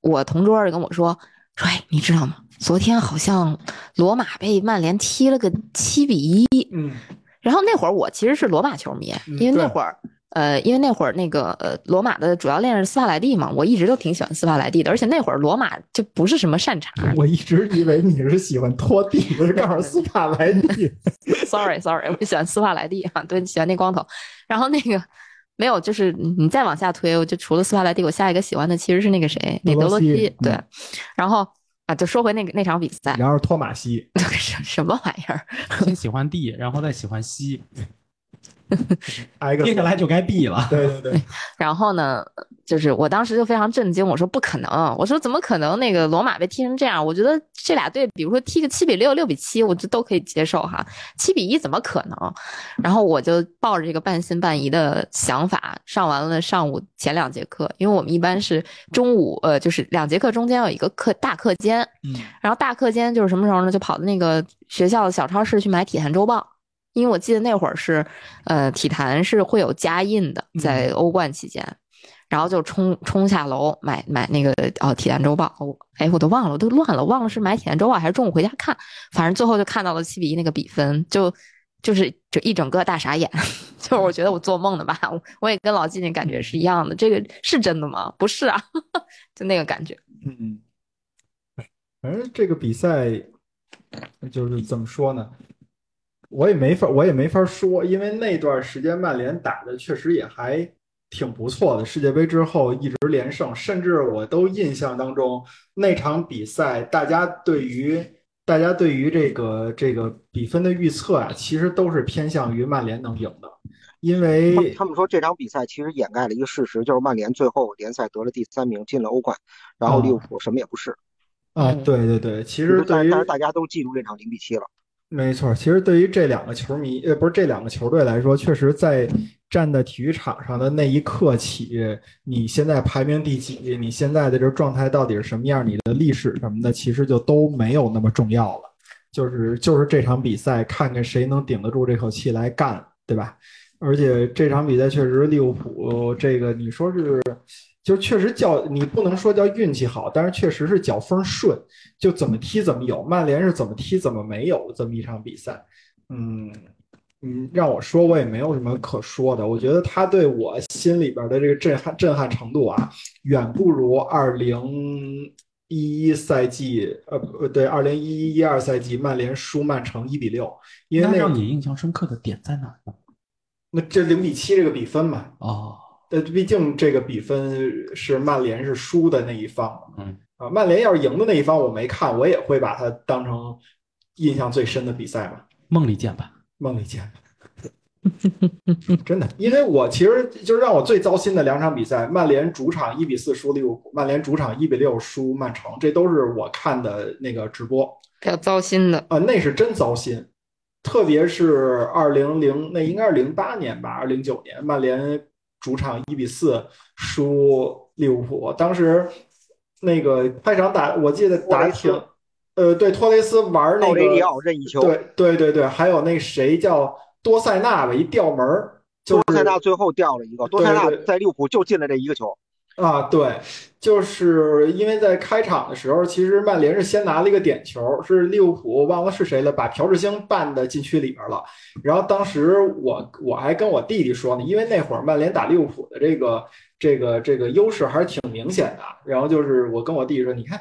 Speaker 1: 我同桌儿就跟我说说，哎，你知道吗？昨天好像罗马被曼联踢了个七比一。
Speaker 2: 嗯
Speaker 1: 然后那会儿我其实是罗马球迷，
Speaker 2: 嗯
Speaker 1: 因为那
Speaker 2: 对
Speaker 1: 会儿。呃，因为那会儿那个呃，罗马的主教练是斯帕莱蒂嘛，我一直都挺喜欢斯帕莱蒂的，而且那会儿罗马就不是什么善 茬儿
Speaker 2: 我一直以为你是喜欢拖地，我就告诉斯帕莱蒂，
Speaker 1: ，sorry sorry，我喜欢斯帕莱蒂啊，对，喜欢那光头。然后那个没有，就是你再往下推，我就除了斯帕莱蒂，我下一个喜欢的其实是那个谁，那
Speaker 2: 德
Speaker 1: 德
Speaker 2: 罗
Speaker 1: 罗
Speaker 2: 西嗯
Speaker 1: 西，对。然后啊，就说回那个那场比赛，
Speaker 2: 然后托马西，
Speaker 1: 什 什么玩意儿？
Speaker 4: 先喜欢 D，然后再喜欢 C，
Speaker 2: 挨个
Speaker 4: 接下来就该 B 了。
Speaker 2: 对对对，
Speaker 1: 然后呢，就是我当时就非常震惊，我说不可能，我说怎么可能那个罗马被踢成这样？我觉得这俩队，比如说踢个七比六、六比七，我就都可以接受哈，七比一怎么可能？然后我就抱着这个半信半疑的想法上完了上午前两节课，因为我们一般是中午呃，就是两节课中间有一个课大课间，
Speaker 2: 嗯，
Speaker 1: 然后大课间就是什么时候呢？就跑到那个学校的小超市去买《体坛周报》，因为我记得那会儿是，呃，体坛是会有加印的，在欧冠期间，然后就冲冲下楼买买那个哦《体坛周报》哦，哎，我都忘了，我都乱了，忘了是买《体坛周报》还是中午回家看，反正最后就看到了七比一那个比分，就就是就一整个大傻眼， 就是我觉得我做梦的吧， 我我也跟老季那感觉是一样的，这个是真的吗？不是啊， 就那个感觉，
Speaker 2: 嗯，反正哎这个比赛就是怎么说呢，我也没法，我也没法说，因为那段时间曼联打的确实也还挺不错的。世界杯之后一直连胜，甚至我都印象当中那场比赛，大家对于大家对于这个这个比分的预测啊，其实都是偏向于曼联能赢的，因为
Speaker 3: 他们他们说这场比赛其实掩盖了一个事实，就是曼联最后联赛得了第三名，进了欧冠，然后利物浦什么也不是。
Speaker 2: 啊，
Speaker 1: 嗯
Speaker 2: 对对对，其实
Speaker 3: 但
Speaker 2: 对
Speaker 3: 是
Speaker 2: 于
Speaker 3: 但是大家都记住这场零比七了。
Speaker 2: 没错，其实对于这两个球迷，呃，不是这两个球队来说，确实在站在体育场上的那一刻起，你现在排名第几，你现在的这状态到底是什么样，你的历史什么的，其实就都没有那么重要了。就是就是这场比赛，看看谁能顶得住这口气来干，对吧？而且这场比赛确实利物浦这个，你说是，就确实叫你不能说叫运气好，但是确实是脚风顺。就怎么踢怎么有，曼联是怎么踢怎么没有的这么一场比赛。嗯嗯，让我说我也没有什么可说的。我觉得他对我心里边的这个震撼震撼程度啊，远不如二零一一赛季，呃不对，二零一一一二赛季曼联输曼城一比六，因为
Speaker 4: 那
Speaker 2: 那
Speaker 4: 让
Speaker 2: 个
Speaker 4: 你印象深刻的点在哪呢？
Speaker 2: 那这零比七这个比分嘛，
Speaker 4: 哦，
Speaker 2: 呃，毕竟这个比分是曼联是输的那一方，
Speaker 4: 嗯
Speaker 2: 啊，曼联要是赢的那一方我没看，我也会把它当成印象最深的比赛嘛，
Speaker 4: 梦里见吧。
Speaker 2: 梦里见。 真的，因为我其实就是让我最糟心的两场比赛，曼联主场一比四输利物浦，曼联主场一比六输曼城，这都是我看的那个直播。
Speaker 1: 比较糟心的。
Speaker 2: 啊，那是真糟心。特别是二零零，那应该是零八年吧，二零九年，曼联主场一比四输利物浦。当时那个开场打，我记得打挺
Speaker 3: 托雷斯，
Speaker 2: 呃，对，托雷斯玩那
Speaker 3: 奥雷利
Speaker 2: 个，
Speaker 3: 奥任意球，
Speaker 2: 对对对对，还有那谁叫多塞纳吧，一吊门儿
Speaker 3: 多塞纳最后掉了一个，多塞纳
Speaker 2: 对对
Speaker 3: 在利物浦就进了这一个球。
Speaker 2: 啊，对，就是因为在开场的时候，其实曼联是先拿了一个点球，是利物浦忘了是谁了，把朴智星绊到禁区里边了。然后当时我我还跟我弟弟说呢，因为那会儿曼联打利物浦的这个这个这个优势还是挺明显的。然后就是我跟我弟弟说，你看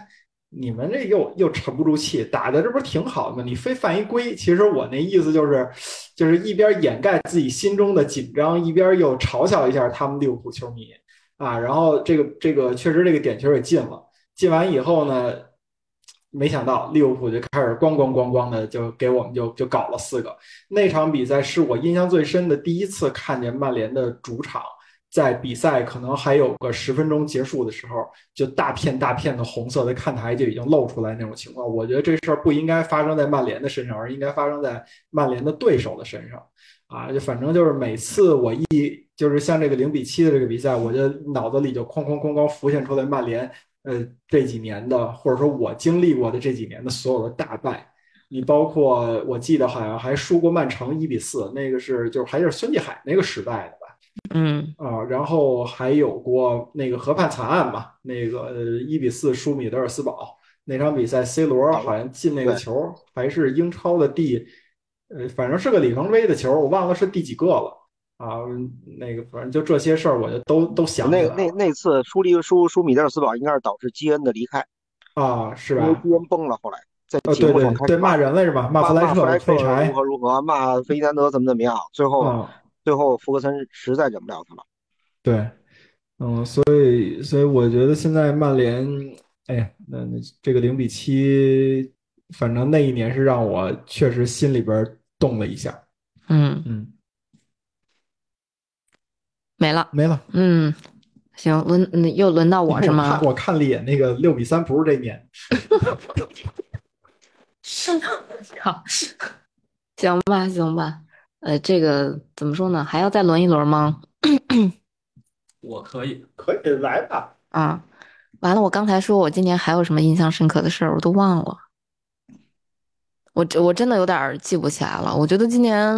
Speaker 2: 你们这又又沉不住气，打的这不是挺好的吗？你非犯一规。其实我那意思就是，就是一边掩盖自己心中的紧张，一边又嘲笑一下他们利物浦球迷。啊，然后这个这个确实这个点球也进了，进完以后呢，没想到利物浦就开始咣咣咣咣的就给我们就就搞了四个。那场比赛是我印象最深的第一次看见曼联的主场在比赛可能还有个十分钟结束的时候，就大片大片的红色的看台就已经露出来那种情况。我觉得这事儿不应该发生在曼联的身上，而应该发生在曼联的对手的身上。啊，就反正就是每次我一就是像这个零比七的这个比赛，我就脑子里就哐哐哐哐浮现出来曼联，呃，这几年的或者说我经历过的这几年的所有的大败，你包括我记得好像还输过曼城一比四，那个是就是还是孙继海那个时代的吧。
Speaker 1: 嗯，
Speaker 2: 啊，然后还有过那个河畔惨案嘛，那个呃一比四输米德尔斯堡那场比赛，C 罗好像进那个球，还是英超的第，呃，反正是个里程碑的球，我忘了是第几个了啊。那个反正就这些事儿，我就都都想起
Speaker 3: 那
Speaker 2: 来
Speaker 3: 那
Speaker 2: 了
Speaker 3: 那次输利输输米德尔斯堡，应该是导致基恩的离开，
Speaker 2: 啊，是
Speaker 3: 因为
Speaker 2: 吧？
Speaker 3: 基恩崩了，后来在
Speaker 2: 呃，
Speaker 3: 节
Speaker 2: 对
Speaker 3: 目
Speaker 2: 对
Speaker 3: 上开始
Speaker 2: 对，骂人了是吧？骂
Speaker 3: 骂
Speaker 2: 弗
Speaker 3: 骂
Speaker 2: 莱彻、
Speaker 3: 弗
Speaker 2: 废
Speaker 3: 莱彻
Speaker 2: 柴
Speaker 3: 如何如何，骂费迪南德怎么怎么样，最后、
Speaker 2: 啊。
Speaker 3: 最后福格森实在忍不了他了。
Speaker 2: 对，嗯，所以所以我觉得现在曼联，哎呀，那那这个零比七，反正那一年是让我确实心里边动了一下。
Speaker 1: 嗯，
Speaker 2: 嗯，
Speaker 1: 没了，
Speaker 2: 没了，
Speaker 1: 嗯，行，轮嗯又轮到我是
Speaker 2: 我
Speaker 1: 吗
Speaker 2: 看？我看了一眼那个六比三，不是这一 年。
Speaker 1: 好， 行吧，行吧，呃，这个怎么说呢？还要再轮一轮吗？
Speaker 4: 我可以，
Speaker 2: 可以来吧，
Speaker 1: 啊，完了，我刚才说我今年还有什么印象深刻的事儿，我都忘了。我这我真的有点儿记不起来了。我觉得今年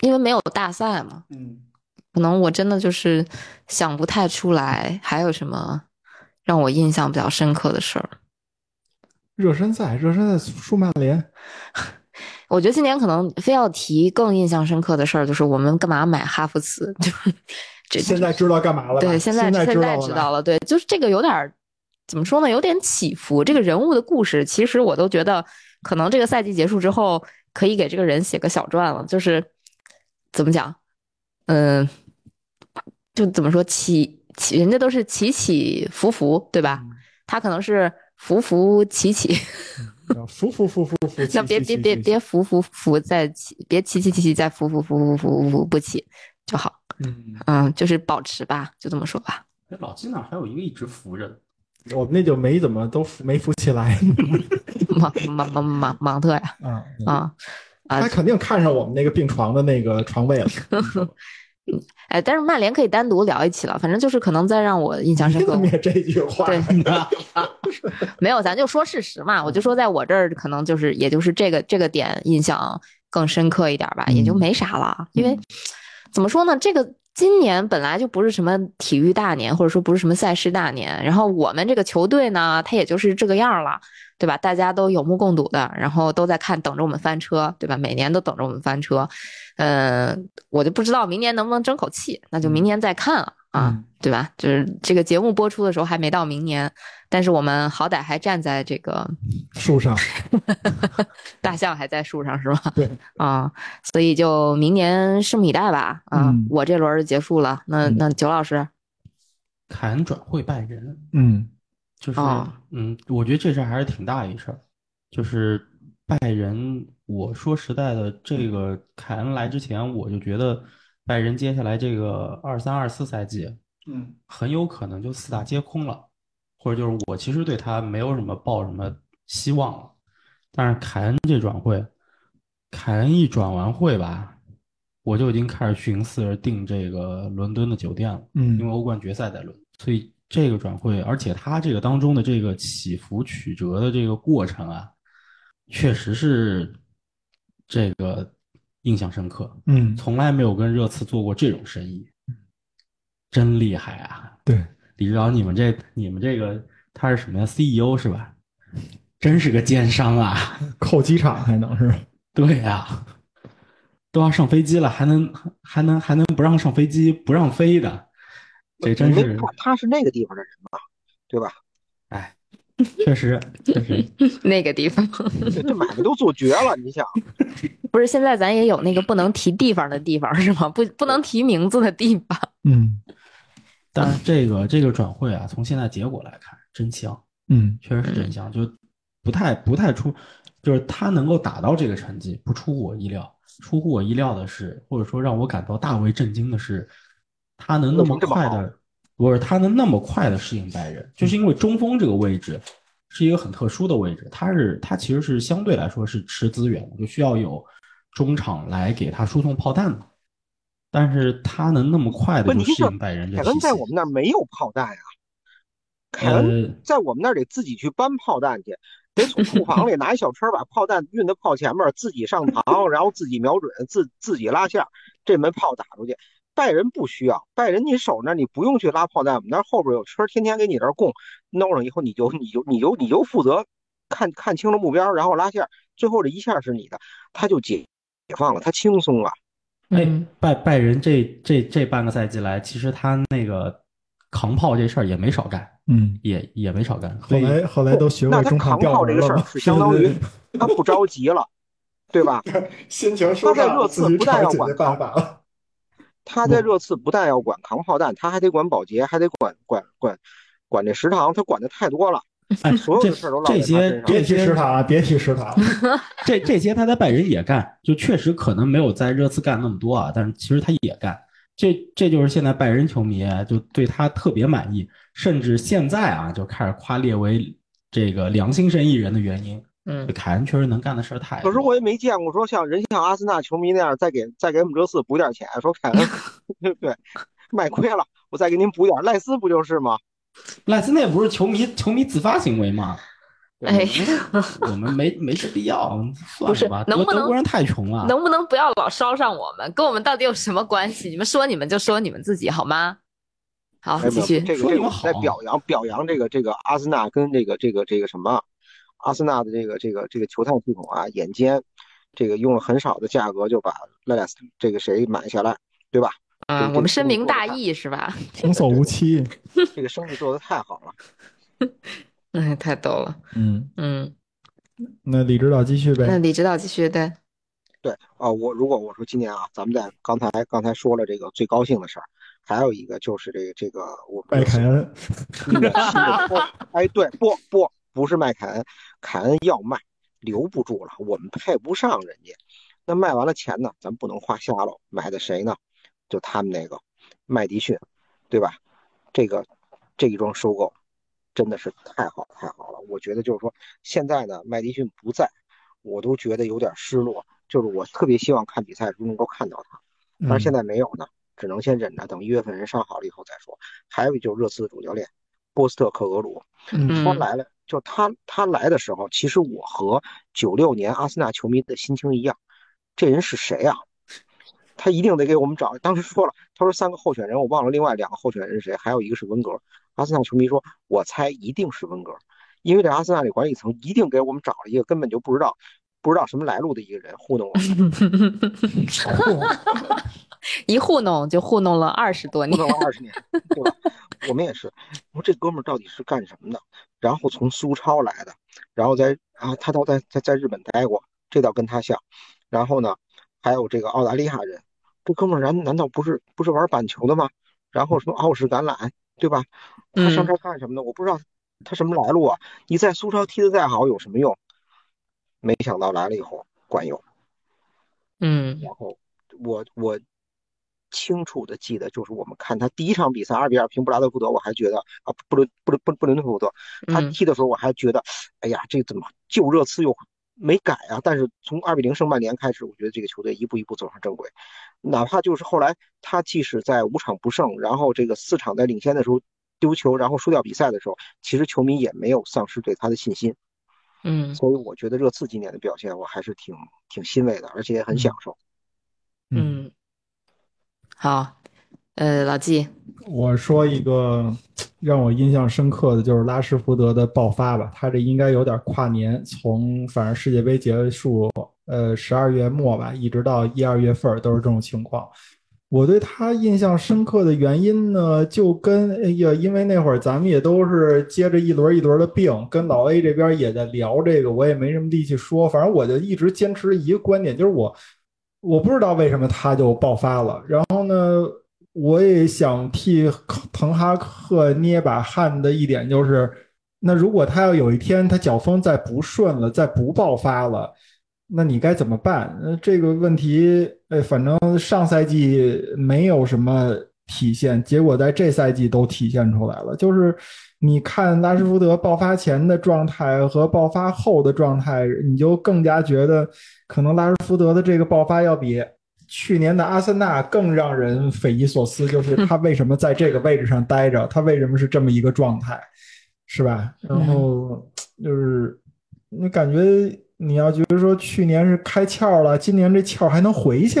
Speaker 1: 因为没有大赛嘛，
Speaker 2: 嗯，
Speaker 1: 可能我真的就是想不太出来还有什么让我印象比较深刻的事儿。
Speaker 2: 热身赛，热身赛输曼联，
Speaker 1: 我觉得今年可能非要提更印象深刻的事儿，就是我们干嘛买哈弗茨？ 就是这
Speaker 2: 现在知道干嘛了吧？
Speaker 1: 对，
Speaker 2: 现
Speaker 1: 现在
Speaker 2: 知
Speaker 1: 现
Speaker 2: 道
Speaker 1: 在
Speaker 2: 了吧
Speaker 1: 知道了，对，就是这个有点儿怎么说呢，有点起伏。这个人物的故事，其实我都觉得可能这个赛季结束之后，可以给这个人写个小传了。就是怎么讲，嗯，就怎么说起起，人家都是起起伏伏，对吧？他可能是浮浮起起，
Speaker 2: 嗯服服服服服，
Speaker 1: 那别别别别浮浮浮再起，别起起起起再浮浮浮浮浮浮不起就好。
Speaker 2: 嗯，
Speaker 1: 嗯，就是保持吧，就这么说吧。
Speaker 4: 哎老金那还有一个一直扶着的，
Speaker 2: 我们那就没怎么都扶没扶起 来
Speaker 1: 芒芒芒芒芒特 呀，
Speaker 2: 啊。
Speaker 1: 啊
Speaker 2: 他
Speaker 1: 啊，
Speaker 2: 肯定看上我们那个病床的那个床位 了。
Speaker 1: 哎，但是曼联可以单独聊一期了，反正就是可能再让我印象
Speaker 2: 你
Speaker 1: 深刻
Speaker 2: 怎么，也这句话？
Speaker 1: 对没有，咱就说事实嘛，我就说在我这儿可能就是也就是这个这个点印象更深刻一点吧，也就没啥了，因为怎么说呢，这个。今年本来就不是什么体育大年，或者说不是什么赛事大年，然后我们这个球队呢，它也就是这个样儿了，对吧？大家都有目共睹的，然后都在看，等着我们翻车，对吧？每年都等着我们翻车，嗯、我就不知道明年能不能争口气，那就明年再看了啊，
Speaker 2: 嗯
Speaker 1: 对吧？就是这个节目播出的时候还没到明年，但是我们好歹还站在这个
Speaker 2: 嗯树上，
Speaker 1: 大象还在树上是吧？
Speaker 2: 对
Speaker 1: 啊，所以就明年拭目以待吧。啊，
Speaker 2: 嗯
Speaker 1: 我这轮儿结束了，那
Speaker 2: 嗯
Speaker 1: 那九老师，
Speaker 4: 砍转会拜仁，
Speaker 2: 嗯，
Speaker 4: 就是、
Speaker 1: 哦
Speaker 4: 嗯，我觉得这事儿还是挺大一事儿，就是拜仁。我说实在的，这个凯恩来之前，我就觉得拜仁接下来这个二三二四赛季，
Speaker 2: 嗯，
Speaker 4: 很有可能就四大皆空了，或者就是我其实对他没有什么抱什么希望了。但是凯恩这转会，凯恩一转完会吧，我就已经开始寻思着订这个伦敦的酒店了，
Speaker 2: 嗯
Speaker 4: 因为欧冠决赛在伦敦，所以这个转会，而且他这个当中的这个起伏曲折的这个过程啊，确实是这个印象深刻。
Speaker 2: 嗯，
Speaker 4: 从来没有跟热刺做过这种生意，真厉害啊！
Speaker 2: 对，
Speaker 4: 李指导，你们这你们这个他是什么呀？CEO 是吧？真是个奸商啊！
Speaker 2: 扣机场还能是？
Speaker 4: 对呀、都要上飞机了，还能还能还能不让上飞机不让飞的，这真
Speaker 3: 因为
Speaker 4: 是
Speaker 3: 他他是那个地方的人嘛，对吧？
Speaker 4: 哎，确实确实，
Speaker 1: 那个地方
Speaker 3: 这这买卖都做绝了，你想，
Speaker 1: 不是现在咱也有那个不能提地方的地方是吗？不不能提名字的地方。
Speaker 2: 嗯
Speaker 4: 但是这个这个转会啊，从现在结果来看，真香。
Speaker 2: 嗯
Speaker 4: 确实是真香，就不太不太出，就是他能够打到这个成绩，不出乎我意料。出乎我意料的是，或者说让我感到大为震惊的是，他能那么快
Speaker 3: 为什么这么
Speaker 4: 的，不是他能那么快的适应拜仁，就是因为中锋这个位置是一个很特殊的位置，他是他其实是相对来说是吃资源的，就需要有中场来给他输送炮弹的。但是他能那么快的
Speaker 3: 问
Speaker 4: 就
Speaker 3: 题是
Speaker 4: 适应拜仁这
Speaker 3: 凯
Speaker 4: 体
Speaker 3: 恩
Speaker 4: 系
Speaker 3: 在，我们那儿没有炮弹呀、凯恩
Speaker 4: 呃，
Speaker 3: 在我们那儿得自己去搬炮弹去，得从库房里拿一小车把炮弹运到炮前面儿，自己上膛，然后自己瞄准，自自己拉线儿，这门炮打出去。拜仁不需要，拜仁你手那儿你不用去拉炮弹，我们那儿后边有车，天天给你这儿供，弄上以后你就你就你就你就负责看看清了目标，然后拉线儿，最后这一下是你的，他就解解放了，他轻松了。
Speaker 4: 哎
Speaker 1: 嗯，
Speaker 4: 拜拜仁这这这半个赛季来，其实他那个扛炮这事儿也没少干，
Speaker 2: 嗯，
Speaker 4: 也也没少干。
Speaker 2: 后
Speaker 4: 所以
Speaker 2: 来后来都学
Speaker 3: 那
Speaker 2: 会
Speaker 3: 他
Speaker 2: 中场
Speaker 3: 扛
Speaker 2: 调
Speaker 3: 炮这
Speaker 2: 门了
Speaker 3: 个事儿
Speaker 2: 吗？
Speaker 3: 是相当于他不着急了，对 吧？
Speaker 2: 心情
Speaker 3: 舒
Speaker 2: 舒
Speaker 3: 畅
Speaker 2: 畅，
Speaker 3: 了自己找解
Speaker 2: 解
Speaker 3: 决
Speaker 2: 决
Speaker 3: 办
Speaker 2: 办
Speaker 3: 法
Speaker 2: 法了。
Speaker 3: 他在热刺不但要管扛炮弹，他还得管保洁，还得管管管管这食堂，他管的太多了。
Speaker 4: 哎，
Speaker 3: 所有
Speaker 4: 这
Speaker 3: 的事儿都落在
Speaker 4: 这
Speaker 3: 他
Speaker 4: 些
Speaker 3: 身上
Speaker 5: 别
Speaker 4: 这
Speaker 5: 提
Speaker 4: 些
Speaker 5: 食堂了，别提食堂 了。
Speaker 4: 这这些他在拜仁也干，就确实可能没有在热刺干那么多啊，但是其实他也干。这这就是现在拜仁球迷啊就对他特别满意，甚至现在啊就开始夸列为这个良心生意人的原因。
Speaker 1: 嗯，
Speaker 4: 凯恩确实能干的事儿太多
Speaker 3: 可
Speaker 4: 了。
Speaker 3: 是我也没见过说像人像阿森纳球迷那样再给再给我们热刺补点钱，说凯恩 对不对？卖亏了，我再给您补点儿。赖斯不就是吗？
Speaker 4: 赖斯内不是球迷球迷自发行为吗？
Speaker 3: 对
Speaker 1: 哎，
Speaker 4: 我们没没这 必要，算
Speaker 1: 不是
Speaker 4: 了吧。
Speaker 1: 能
Speaker 4: 德
Speaker 1: 不能
Speaker 4: 德国人太穷了，
Speaker 1: 能不能不要老捎上我们？跟我们到底有什么关系？你们说你们就说你们自己好吗？好，
Speaker 3: 哎，没
Speaker 1: 啊继续。
Speaker 3: 有，这个
Speaker 4: 说你
Speaker 3: 这
Speaker 4: 们
Speaker 3: 个我在
Speaker 4: 好
Speaker 3: 表扬表扬这个这个阿森纳跟这个这个这个什么，阿森纳的这个这个这个球探系统啊，眼尖，这个用了很少的价格就把赖莱斯这个谁买 下来，对吧？这
Speaker 1: 嗯，
Speaker 3: 个
Speaker 1: 我们
Speaker 3: 这
Speaker 1: 深
Speaker 3: 个
Speaker 1: 明
Speaker 3: 做得
Speaker 1: 大
Speaker 3: 太
Speaker 1: 义是吧？
Speaker 2: 童叟无欺。
Speaker 3: 这个生意做得太好了。
Speaker 1: 哎，太逗了。
Speaker 2: 嗯，
Speaker 1: 嗯，
Speaker 2: 那李指导继续
Speaker 1: 那
Speaker 2: 呗。
Speaker 1: 李指导继续对，
Speaker 3: 对啊、我如果我说今年啊，咱们在刚才刚才说了这个最高兴的事儿，还有一个就是这个这个我们
Speaker 2: 拜凯恩，
Speaker 3: 这个是不哎，对，不不不是卖凯恩，凯恩要卖，留不住了，我们配不上人家。那卖完了钱呢，咱不能花瞎了，买的谁呢？就他们那个麦迪逊，对吧？这个这一桩收购真的是太好太好了，我觉得就是说现在呢，麦迪逊不在，我都觉得有点失落，就是我特别希望看比赛时候能够看到他。
Speaker 2: 嗯
Speaker 3: 但是现在没有呢，只能先忍着，等一月份人伤好了以后再说。还有就是热刺的主教练波斯特克格鲁，
Speaker 2: 嗯
Speaker 3: 他
Speaker 1: 嗯
Speaker 3: 来了，就他他来的时候，其实我和九六年阿森纳球迷的心情一样，这人是谁啊？他一定得给我们找。当时说了，他说三个候选人，我忘了另外两个候选人是谁，还有一个是温格。阿森纳球迷说，我猜一定是温格，因为这阿森纳里管理层一定给我们找了一个根本就不知道不知道什么来路的一个人糊弄我们。
Speaker 1: 一糊弄就糊弄了二十多
Speaker 3: 不
Speaker 1: 年。
Speaker 3: 能玩二十年，对吧？我们也是，我说这哥们儿到底是干什么的？然后从苏超来的，然后在啊，他倒在在在日本待过，这倒跟他像。然后呢，还有这个澳大利亚人，这哥们儿难难道不是不是玩板球的吗？然后什么澳式橄榄，对吧？他
Speaker 1: 嗯
Speaker 3: 上这儿干什么的？我不知道他什么来路啊！你在苏超踢得再好有什么用？没想到来了以后管用。
Speaker 1: 嗯
Speaker 3: 然后我我清楚的记得，就是我们看他第一场比赛二比二平布拉德福德，我还觉得啊布伦布伦布布伦特福德，他
Speaker 1: 嗯
Speaker 3: 踢的时候我还觉得，哎呀，这怎么旧热刺又没改啊？但是从二比零升半年开始，我觉得这个球队一步一步走上正轨，哪怕就是后来他即使在五场不胜，然后这个四场在领先的时候丢球，然后输掉比赛的时候，其实球迷也没有丧失对他的信心。
Speaker 1: 嗯
Speaker 3: 所以我觉得热刺今年的表现，我还是挺挺欣慰的，而且也很享受。
Speaker 2: 嗯，
Speaker 1: 嗯，好，呃，老纪，
Speaker 2: 我说一个让我印象深刻的就是拉什福德的爆发吧，他这应该有点跨年，从反正世界杯结束，呃，十二月末吧，一直到一二月份儿都是这种情况。我对他印象深刻的原因呢，就跟哎呀，因为那会儿咱们也都是接着一轮一轮的病，跟老 A 这边也在聊这个，我也没什么力气说，反正我就一直坚持一个观点，就是我我不知道为什么他就爆发了，然后呢，我也想替滕哈克捏把汗的一点就是，那如果他要有一天他脚风再不顺了，再不爆发了，那你该怎么办？呃，这个问题，呃，反正上赛季没有什么体现，结果在这赛季都体现出来了。就是你看拉什福德爆发前的状态和爆发后的状态，你就更加觉得可能拉什福德的这个爆发要比去年的阿森纳更让人匪夷所思，就是他为什么在这个位置上待着，他为什么是这么一个状态，是吧？然后就是你感觉你要觉得说去年是开窍了，今年这窍还能回去，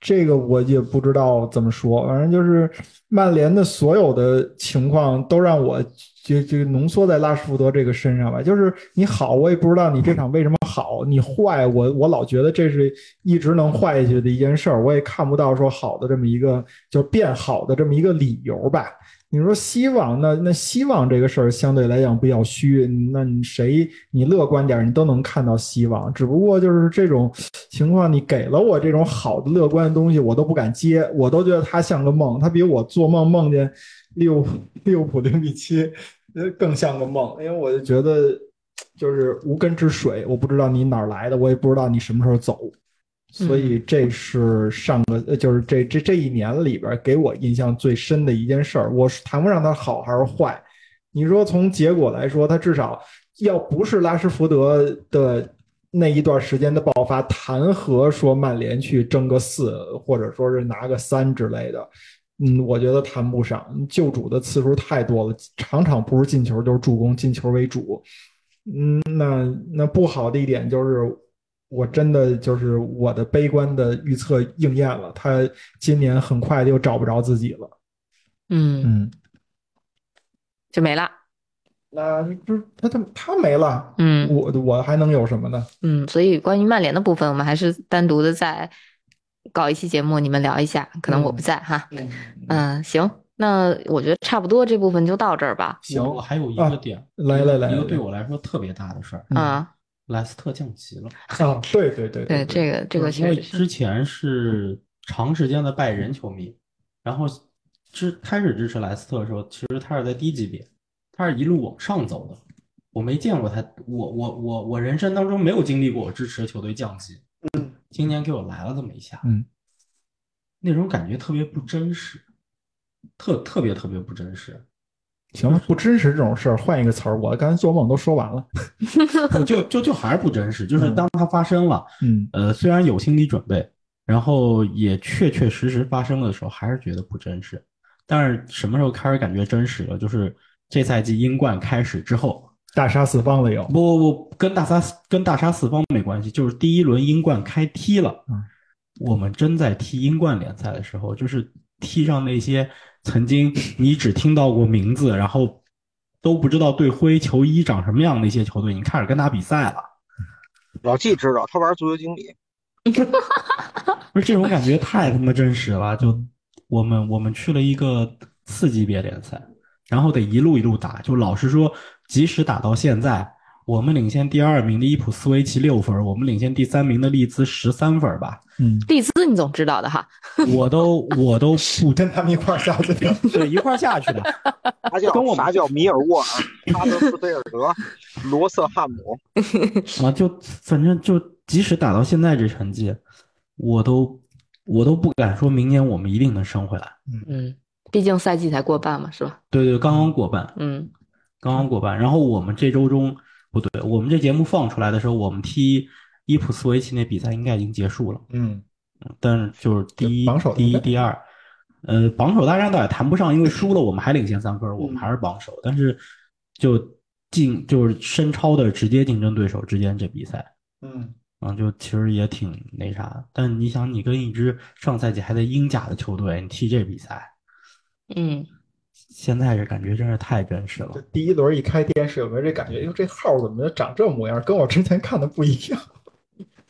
Speaker 2: 这个我也不知道怎么说。反正就是曼联的所有的情况都让我就就浓缩在拉什福德这个身上吧。就是你好，我也不知道你这场为什么好；你坏，我我老觉得这是一直能坏下去的一件事儿，我也看不到说好的这么一个就是变好的这么一个理由吧。你说希望，那那希望这个事儿相对来讲比较虚，那你谁你乐观点儿，你都能看到希望。只不过就是这种情况，你给了我这种好的乐观的东西，我都不敢接， 我都觉得它像个梦，它比我做梦梦见利物浦利物浦零比七
Speaker 6: 呃
Speaker 2: 更像个梦，因为我就觉得就是无根之水，我不知道你哪儿来的，我也不知道你什么时候走，所以这是上个呃就是这这这一年里边给我印象最深的一件事儿。我是谈不上它好还是坏，你说从结果来说，它至少要不是拉什福德的那一段时间的爆发，弹劾说曼联去争个四，或者说是拿个三之类的。嗯，我觉得谈不上，救主的次数太多了，场场不是进球就是助攻，进球为主。嗯，那那不好的一点就是，我真的就是我的悲观的预测应验了，他今年很快就找不着自己了。
Speaker 1: 嗯，
Speaker 2: 嗯，
Speaker 1: 就没了。
Speaker 2: 那就是他他他没了，
Speaker 1: 嗯
Speaker 2: 我我还能有什么呢？
Speaker 1: 嗯，所以关于曼联的部分，我们还是单独的再搞一期节目，你们聊一下。可能我不在哈。
Speaker 2: 嗯
Speaker 1: 嗯，行，那我觉得差不多这部分就到这儿吧。
Speaker 2: 行
Speaker 4: 我还有一
Speaker 2: 啊
Speaker 4: 个点，
Speaker 2: 来来来
Speaker 4: 一个对我来说特别大的事儿，
Speaker 2: 嗯
Speaker 1: 啊，
Speaker 4: 莱斯特降级了。
Speaker 2: 啊，对对对
Speaker 1: 对，
Speaker 2: 对，
Speaker 1: 这个这个
Speaker 4: 因
Speaker 1: 确
Speaker 4: 为
Speaker 1: 实是，
Speaker 4: 之前是长时间的拜仁球迷，然后支开始支持莱斯特的时候，其实他是在低级别，他是一路往上走的。我没见过他，我我我我人生当中没有经历过我支持的球队降级，嗯，今年给我来了这么一下，
Speaker 2: 嗯，
Speaker 4: 那种感觉特别不真实，特特别特别不真实。
Speaker 2: 行了，不支持这种事儿，换一个词儿。我刚才做梦都说完了。
Speaker 4: 就就就还是不真实，就是当它发生了，
Speaker 2: 嗯
Speaker 4: 呃，虽然有心理准备，然后也确确实实发生的时候，还是觉得不真实。但是什么时候开始感觉真实了？就是这赛季英冠开始之后，，
Speaker 2: 大杀四方了又
Speaker 4: 不。不不，跟大杀跟大杀四方没关系，就是第一轮英冠开踢了，
Speaker 2: 嗯
Speaker 4: 我们真在踢英冠联赛的时候，就是踢上那些曾经你只听到过名字，然后都不知道队徽球衣长什么样的一些球队，你开始跟他比赛了。
Speaker 3: 老纪知道，他玩足球 经理，
Speaker 4: 不是这种感觉太他妈真实了，就我们我们去了一个次级别联赛，然后得一路一路打。就老实说，即使打到现在，我们领先第二名的伊普斯维奇六分，我们领先第三名的利兹十三分吧，
Speaker 2: 嗯，
Speaker 1: 利兹你总知道的哈。
Speaker 4: 我都我都不
Speaker 2: 嗯跟他们一块儿下去的。
Speaker 4: 对一块儿下去的。
Speaker 3: 他叫
Speaker 4: 跟我们
Speaker 3: 啥叫米尔沃尔、哈德斯菲尔德、罗瑟汉姆，
Speaker 4: 啊，就反正就即使打到现在这成绩，我都我都不敢说明年我们一定能升回来。
Speaker 1: 嗯，毕竟赛季才过半嘛，是吧？
Speaker 4: 对对，刚刚过半，
Speaker 1: 嗯
Speaker 4: 刚刚过半。然后我们这周中不对，我们这节目放出来的时候，我们踢伊普斯维奇那比赛应该已经结束了，
Speaker 2: 嗯
Speaker 4: 但是就是第一、
Speaker 2: 榜首
Speaker 4: 第一、
Speaker 2: 大战
Speaker 4: 第二，呃，榜首大战倒也谈不上，因为输了我们还领先三
Speaker 2: 嗯
Speaker 4: 分，我们还是榜首。但是就竞就是身超的直接竞争对手之间这比赛。
Speaker 2: 嗯，
Speaker 4: 啊，就其实也挺那啥的，但你想，你跟一支上赛季还在英甲的球队，你踢这比赛，
Speaker 1: 嗯，
Speaker 4: 现在这感觉真是太真实了
Speaker 2: 这。第一轮一开电视，有没有这感觉？哟，这号怎么长这模样？跟我之前看的不一样。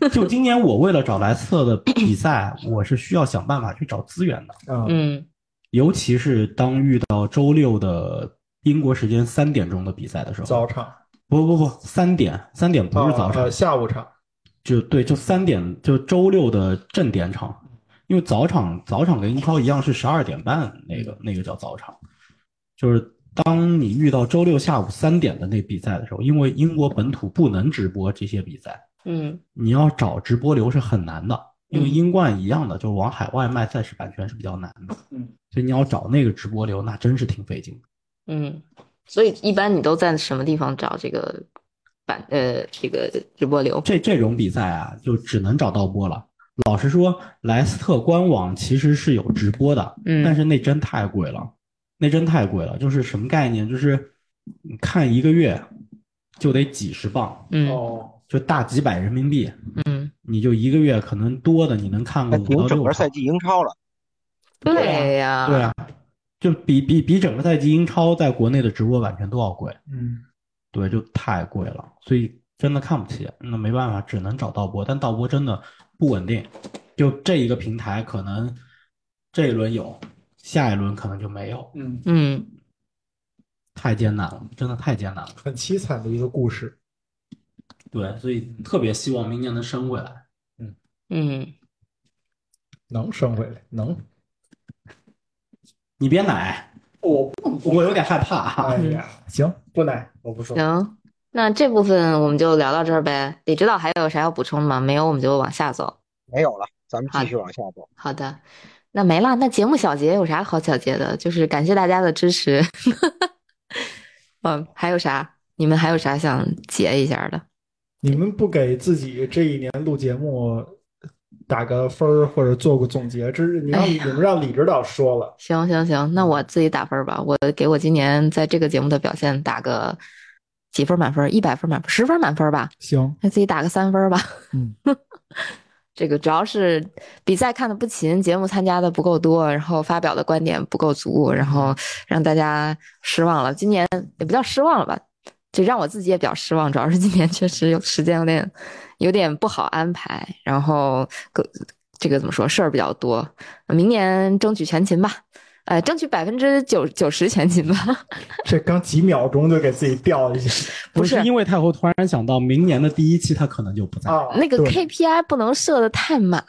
Speaker 4: 就今年我为了找莱斯特的比赛， 我是需要想办法去找资源的，
Speaker 2: 啊，
Speaker 1: 嗯
Speaker 4: 尤其是当遇到周六的英国时间三点钟的比赛的时候。
Speaker 2: 早场
Speaker 4: 不不不，三点三点不是早
Speaker 2: 啊
Speaker 4: 场
Speaker 2: 呃，下午场。
Speaker 4: 就对，就三点，就周六的正点场，因为早场早场跟英超一样是十二点半，那
Speaker 2: 嗯
Speaker 4: 个那个叫早场，就是当你遇到周六下午三点的那比赛的时候，因为英国本土不能直播这些比赛，
Speaker 1: 嗯
Speaker 4: 你要找直播流是很难的，因为
Speaker 1: 嗯
Speaker 4: 英冠一样的，就是往海外卖赛事版权是比较难的，
Speaker 2: 嗯，
Speaker 4: 所以你要找那个直播流，那真是挺费劲的。
Speaker 1: 嗯，所以一般你都在什么地方找这个版呃这个直播流？
Speaker 4: 这这种比赛啊，就只能找盗播了。老实说，莱斯特官网其实是有直播的，
Speaker 1: 嗯
Speaker 4: 但是那真太贵了，那真太贵了。就是什么概念？就是你看一个月就得几十磅，
Speaker 1: 嗯
Speaker 2: 哦，
Speaker 4: 就大几百人民币，
Speaker 1: 嗯，
Speaker 4: 你就一个月可能多的你能看个
Speaker 3: 他
Speaker 4: 五
Speaker 3: 赢
Speaker 4: 到
Speaker 3: 哎整
Speaker 4: 六
Speaker 3: 个
Speaker 4: 场
Speaker 3: 赛。季英超了。
Speaker 1: 对呀，
Speaker 4: 对啊，就比比比整个赛季英超在国内的直播版权都要贵，
Speaker 2: 嗯，
Speaker 4: 对，就太贵了，所以真的看不起。那没办法，只能找盗播，但盗播真的不稳定。就这一个平台，可能这一轮有，下一轮可能就没有，
Speaker 2: 嗯，
Speaker 1: 嗯
Speaker 4: 太艰难了，真的太艰难了。
Speaker 2: 很凄惨的一个故事。
Speaker 4: 对，所以特别希望明年能升回来。
Speaker 1: 嗯，
Speaker 2: 能升回来，能。
Speaker 4: 你别奶，
Speaker 7: 我
Speaker 4: 我有点害怕啊。
Speaker 7: 哎呀，
Speaker 2: 行，
Speaker 7: 不耐，我不说。
Speaker 1: 行，那这部分我们就聊到这儿呗。李指导还有啥要补充的吗？没有，我们就往下走。
Speaker 3: 没有了，咱们继续往下走。
Speaker 1: 好的，那没了。那节目小结有啥好小结的？就是感谢大家的支持。 嗯，还有啥？你们还有啥想结一下的？
Speaker 2: 你们不给自己这一年录节目打个分儿或者做个总结，这是你让
Speaker 1: 哎
Speaker 2: 你
Speaker 1: 呀
Speaker 2: 们让李指导说了，
Speaker 1: 行行行，那我自己打分儿吧。我给我今年在这个节目的表现打个几分满分？一百分满分？十分满分吧？
Speaker 2: 行，
Speaker 1: 给自己打个三分儿吧。
Speaker 2: 嗯，
Speaker 1: 这个主要是比赛看的不勤，节目参加的不够多，然后发表的观点不够足，然后让大家失望了。今年也不叫失望了吧，就让我自己也比较失望。主要是今年确实有时间有点有点不好安排，然后各这个怎么说事儿比较多。明年争取全勤吧，呃，争取百分之九九十全勤吧。
Speaker 2: 这刚几秒钟就给自己掉一下
Speaker 1: 不
Speaker 4: 我
Speaker 1: 是
Speaker 4: 是因为太后突然想到，明年的第一期她可能就不在。
Speaker 2: 啊，
Speaker 1: 那个
Speaker 2: 对
Speaker 1: KPI 不能设的太满，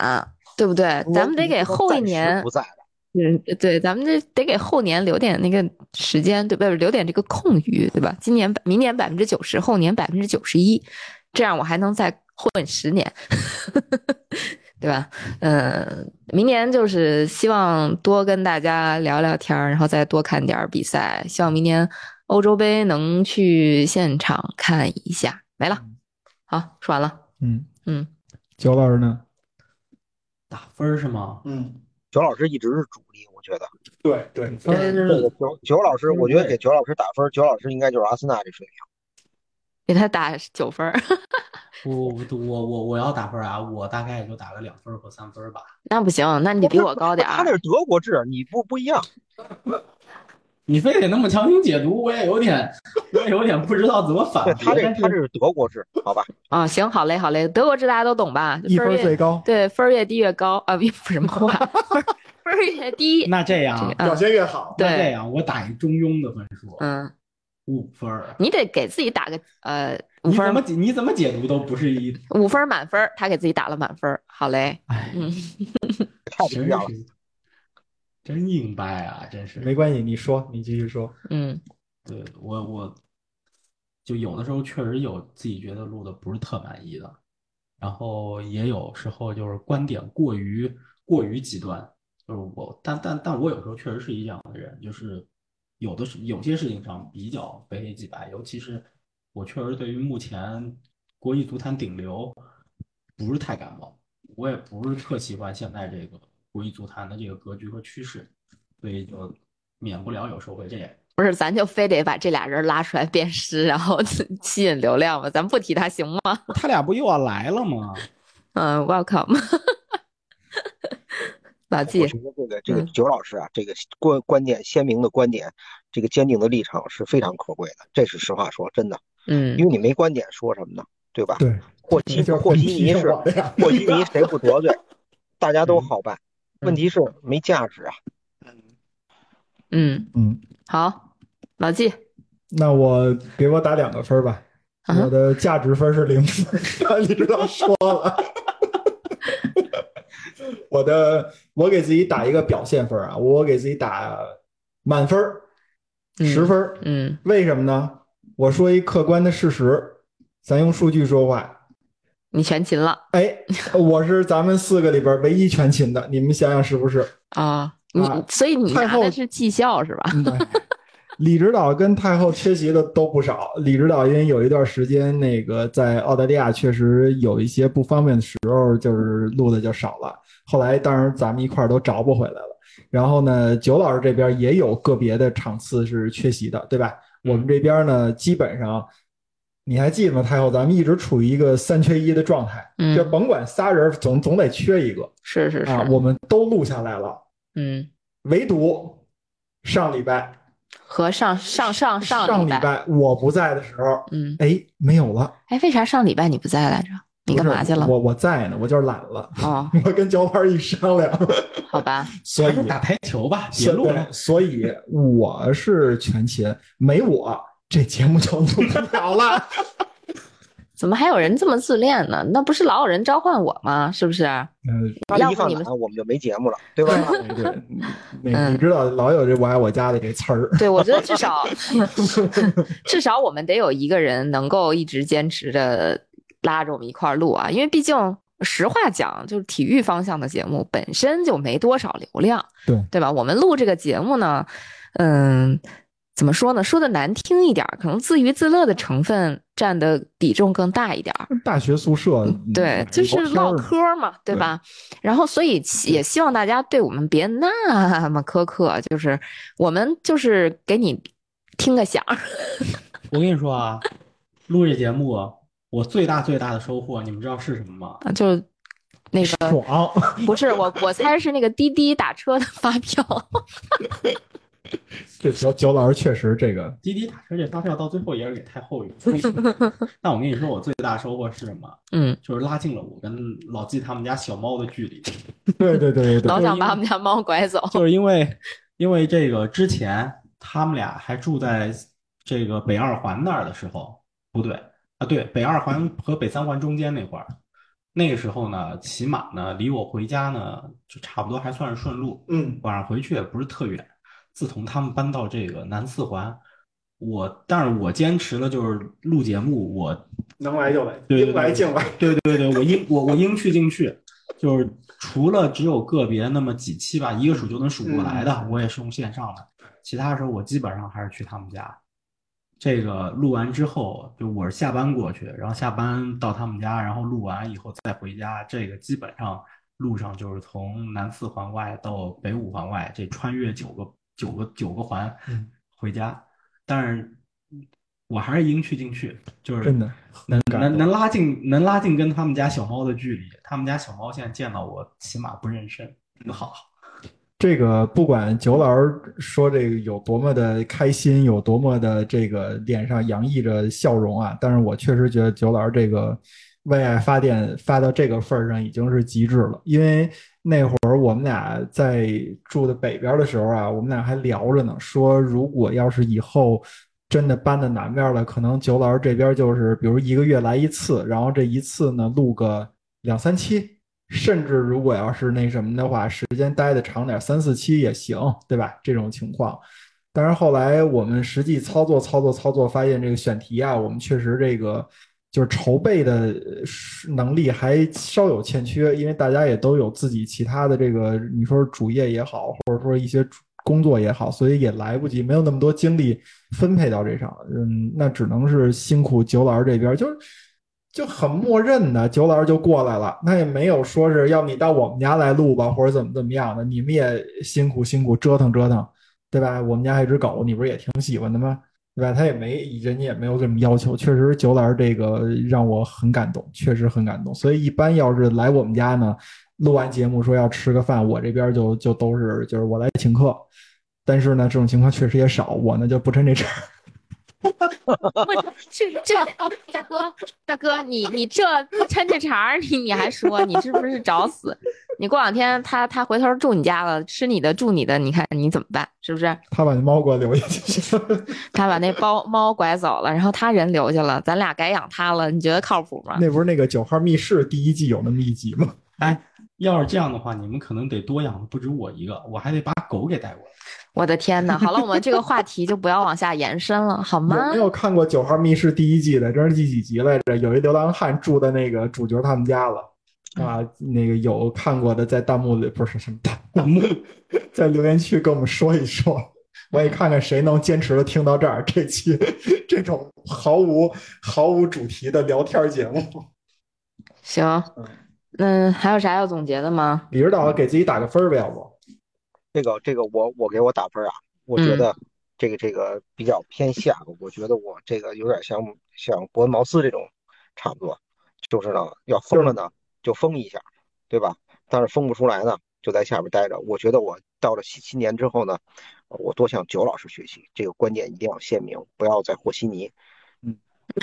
Speaker 1: 对不对？哎咱们得给后一
Speaker 3: 暂
Speaker 1: 年
Speaker 3: 时不在了，
Speaker 1: 嗯，对，咱们这得给后年留点那个时间，对吧？留点这个空余，对吧？今年、明年百分之九十，后年百分之九十一，这样我还能再混十年， 对吧？嗯，明年就是希望多跟大家聊聊天儿，然后再多看点儿比赛。希望明年欧洲杯能去现场看一下。没了，好，说完了。
Speaker 2: 嗯
Speaker 1: 嗯，
Speaker 2: 九老师呢？
Speaker 4: 打分儿是吗？
Speaker 7: 嗯，
Speaker 3: 九老师一直是主力，我觉得。
Speaker 7: 对对，
Speaker 1: 呃
Speaker 2: 分
Speaker 4: 嗯
Speaker 3: 这个
Speaker 2: 儿
Speaker 3: 九九老师，我觉得给九老师打分，九老师应该就是阿森纳这水平。
Speaker 1: 给他打九分儿，
Speaker 4: 我我我我我要打分儿啊，我大概也就打个两分儿或三分儿吧。
Speaker 1: 那不行，那你得比我高点儿。
Speaker 3: 他那是德国制，你不不一样。
Speaker 4: 你非得那么强行解读，我也有点，我也有点不知道怎么反
Speaker 3: 对，
Speaker 4: 驳。
Speaker 3: 他这
Speaker 4: 但
Speaker 3: 他这是德国制，好吧？
Speaker 1: 啊、行，好嘞，好嘞，德国制大家都懂吧？
Speaker 2: 一
Speaker 1: 分
Speaker 2: 分
Speaker 1: 儿
Speaker 2: 儿
Speaker 1: 越
Speaker 2: 最高，
Speaker 1: 对分儿越低越高啊，不是什么话， 分儿分儿越 低，
Speaker 4: 那这样，
Speaker 1: 这个
Speaker 7: 表
Speaker 1: 嗯
Speaker 7: 现越好。
Speaker 4: 那这
Speaker 1: 对，
Speaker 4: 样，我打一中庸的分数，
Speaker 1: 嗯，
Speaker 4: 五分儿。
Speaker 1: 你得给自己打个呃五
Speaker 4: 你
Speaker 1: 分
Speaker 4: 怎么
Speaker 1: 儿，嗯
Speaker 4: 解你怎么解读都不是一，
Speaker 1: 五分儿满分儿，他给自己打了满分儿，好嘞，
Speaker 4: 哎，
Speaker 1: 嗯，
Speaker 3: 太不
Speaker 4: 真
Speaker 3: 一样了。
Speaker 4: 是真硬掰啊，真是。
Speaker 2: 没关系，你说，你继续说。
Speaker 1: 嗯
Speaker 4: 对我我，就有的时候确实有自己觉得录的不是特满意的，然后也有时候就是观点过于过于极端，就是我但但但我有时候确实是一这样的人，就是有的是有些事情上比较非黑即白，尤其是我确实对于目前国际足坛顶流不是太感冒，我也不是特喜欢现在这个国际足坛的这个格局和趋势，所以就免不了有时候会这样。
Speaker 1: 不是，咱就非得把这俩人拉出来鞭尸，然后 吸引流量吗？咱不提他行吗？
Speaker 4: 他俩不又要来了 吗？
Speaker 1: 嗯，welcome，老
Speaker 3: 我
Speaker 1: 纪
Speaker 3: 觉，得这个这个
Speaker 1: 嗯
Speaker 3: 九老师啊，这个观观点鲜明的观点，这个坚定的立场是非常可贵的，这是实话说，真的，
Speaker 1: 嗯
Speaker 3: 因为你没观点说什么呢？对吧？
Speaker 2: 对，
Speaker 3: 和稀
Speaker 2: 这就是
Speaker 3: 和稀泥是
Speaker 2: 我的呀
Speaker 3: 和稀泥谁不得罪，大家都好办。
Speaker 2: 嗯
Speaker 3: 问题是没价值啊。
Speaker 1: 嗯，
Speaker 2: 嗯，
Speaker 1: 好，老纪，
Speaker 2: 那我给我打两个分儿吧，
Speaker 1: 啊
Speaker 2: 我的价值分是零分， 李指导说了。我的，我给自己打一个表现分儿啊，我给自己打满分儿，
Speaker 1: 嗯
Speaker 2: 十分儿。
Speaker 1: 嗯
Speaker 2: 为什么呢？我说一客观的事实，咱用数据说话。
Speaker 1: 你全勤了
Speaker 2: 哎，我是咱们四个里边唯一全勤的，你们想想是不是？
Speaker 1: 啊，你
Speaker 2: 啊
Speaker 1: 所以你拿
Speaker 2: 太后
Speaker 1: 的是绩效是吧？
Speaker 2: 嗯 对李指导跟太后缺席的都不少。李指导因为有一段时间那个在澳大利亚确实有一些不方便的时候，就是录的就少了。后来当然咱们一块儿都找不回来了。然后呢，九老师这边也有个别的场次是缺席的，对吧？我们这边呢，基本上你还记得吗？太后，咱们一直处于一个三缺一的状态，
Speaker 1: 嗯
Speaker 2: 就甭管仨人总总得缺一个
Speaker 1: 是是是，
Speaker 2: 啊。我们都录下来了，
Speaker 1: 嗯，
Speaker 2: 唯独上礼拜
Speaker 1: 和上上上
Speaker 2: 上
Speaker 1: 礼
Speaker 2: 礼，拜我不在的时候，
Speaker 1: 嗯，
Speaker 2: 哎，没有了。
Speaker 1: 哎，为啥上礼拜你不在来着？你干
Speaker 2: 不是
Speaker 1: 嘛去了？
Speaker 2: 我我在呢，我就是懒了。
Speaker 1: 哦，
Speaker 2: 我跟焦花一商量，
Speaker 1: 好吧，
Speaker 2: 所以
Speaker 4: 还是打排球吧，别
Speaker 2: 所
Speaker 4: 录
Speaker 2: 以
Speaker 4: 了。
Speaker 2: 所以我是全勤，没我这节目就录不了了。
Speaker 1: 怎么还有人这么自恋呢？那不是老有人召唤我吗？是不是？
Speaker 2: 嗯，
Speaker 3: 他
Speaker 1: 要
Speaker 3: 一
Speaker 1: 不
Speaker 3: 放
Speaker 1: 你们
Speaker 3: 胆，我们就没节目了，对吧？
Speaker 2: 对对，
Speaker 1: 嗯
Speaker 2: 你你知道老有这“我爱我家”的这词儿，
Speaker 1: 对，我觉得至少至少我们得有一个人能够一直坚持着拉着我们一块儿录啊，因为毕竟实话讲，就是体育方向的节目本身就没多少流量，
Speaker 2: 对
Speaker 1: 对吧？我们录这个节目呢，嗯，怎么说呢？说的难听一点儿，可能自娱自乐的成分占的比重更大一点儿。
Speaker 2: 大学宿舍嗯
Speaker 1: 对，就是唠嗑儿嘛，对
Speaker 2: 对
Speaker 1: 吧？然后，所以希也希望大家对我们别那 么苛刻，就是我们就是给你听个响儿，
Speaker 4: 我跟你说啊，录这节目我最大最大的收获，你们知道是什么吗？
Speaker 1: 就那个
Speaker 2: 爽，
Speaker 1: 不是我，我猜是那个滴滴打车的发 票。
Speaker 2: 这九九老师确实这个
Speaker 4: 滴滴打车这发票到最后也是给太后 用。但我跟你说，我最大收获是什么？
Speaker 1: 嗯，
Speaker 4: 就是拉近了我跟老纪他们家小猫的距离。
Speaker 2: 对对对对对，
Speaker 1: 老想把我们家猫拐走。
Speaker 4: 就是因为因为这个之前他们俩还住在这个北二环那儿的时候，不对啊，对，北二环和北三环中间那会儿，那个时候呢，骑马呢离我回家呢就差不多还算是顺路，
Speaker 8: 嗯，
Speaker 4: 晚上回去也不是特远。自从他们搬到这个南四环，我但是我坚持了就是录节目，我
Speaker 8: 能来就来，
Speaker 4: 对对
Speaker 8: 应来尽来。
Speaker 4: 对对对，我应我我应去尽去，就是除了只有个别那么几期吧，一个数就能数过来
Speaker 2: 嗯
Speaker 4: 的，我也是用线上的，其他时候我基本上还是去他们家。这个录完之后，就我是下班过去，然后下班到他们家，然后录完以后再回家。这个基本上路上就是从南四环外到北五环外，这穿越九个九个九个环
Speaker 2: 嗯
Speaker 4: 回家。但是我还是应去尽去，就是
Speaker 2: 真的能
Speaker 4: 能能拉近能拉近跟他们家小猫的距离。他们家小猫现在见到我，起码不认身，真好。
Speaker 2: 这个不管九老师说这个有多么的开心，有多么的这个脸上洋溢着笑容啊，但是我确实觉得九老师这个为爱发电发到这个份儿上已经是极致了。因为那会儿我们俩在住的北边的时候啊，我们俩还聊着呢，说如果要是以后真的搬到南边了，可能九老师这边就是比如一个月来一次，然后这一次呢录个两三期。甚至如果要是那什么的话，时间待的长点，三四期也行，对吧？这种情况。但是后来我们实际操作、操作、操作，发现这个选题啊，我们确实这个就是筹备的呃是能力还稍有欠缺，因为大家也都有自己其他的这个，你说是主业也好，或者说一些主工作也好，所以也来不及，没有那么多精力分配到这上。嗯，那只能是辛苦九老师这边，就是就很默认的，九老师就过来了，那也没有说是要你到我们家来录吧，或者怎么怎么样的，你们也辛苦辛苦折腾折腾，对吧？我们家还有一只狗，你不是也挺喜欢的吗？对吧？他也没人家也没有这么要求，确实九老师这个让我很感动，确实很感动。所以一般要是来我们家呢，录完节目说要吃个饭，我这边就就都是就是我来请客，但是呢这种情况确实也少，我呢就不趁这茬儿。
Speaker 1: 这 这大哥，大哥，你你这不抻这茬儿，你你还说你是不是找死？你过两天他他回头住你家了，吃你的住你的，你看你怎么办？是不是？
Speaker 2: 他把那猫给我留下去，
Speaker 1: 他把那包猫拐走了，然后他人留下了，咱俩改养他了，你觉得靠谱吗？
Speaker 2: 那不是那个九号密室第一季有那么一集吗？
Speaker 4: 哎，要是这样的话，你们可能得多养的不止我一个，我还得把狗给带过来。
Speaker 1: 我的天呐，好了，我们这个话题就不要往下延伸了，好吗
Speaker 2: 有没？有看过《九号密室》第一季的？这是第几集来着？有一流浪汉住在那个主角他们家了啊。那个有看过的，在弹幕里不是什么弹弹幕， 在留言区跟我们说一说，我也看看谁能坚持的听到这儿。这期 这种毫无毫无主题的聊天节目，
Speaker 1: 行，嗯，还有啥要总结的吗？
Speaker 2: 李指导给自己打个分儿呗，要不？
Speaker 3: 这个这个我我给我打分啊，我觉得这个这个比较偏下，我觉得我这个有点像像伯恩茅斯这种差不多，就是呢要疯了呢就疯一下，对吧？但是疯不出来呢，就在下边待着。我觉得我到了新新年之后呢，我多向九老师学习，这个观点一定要鲜明，不要再和稀泥。嗯，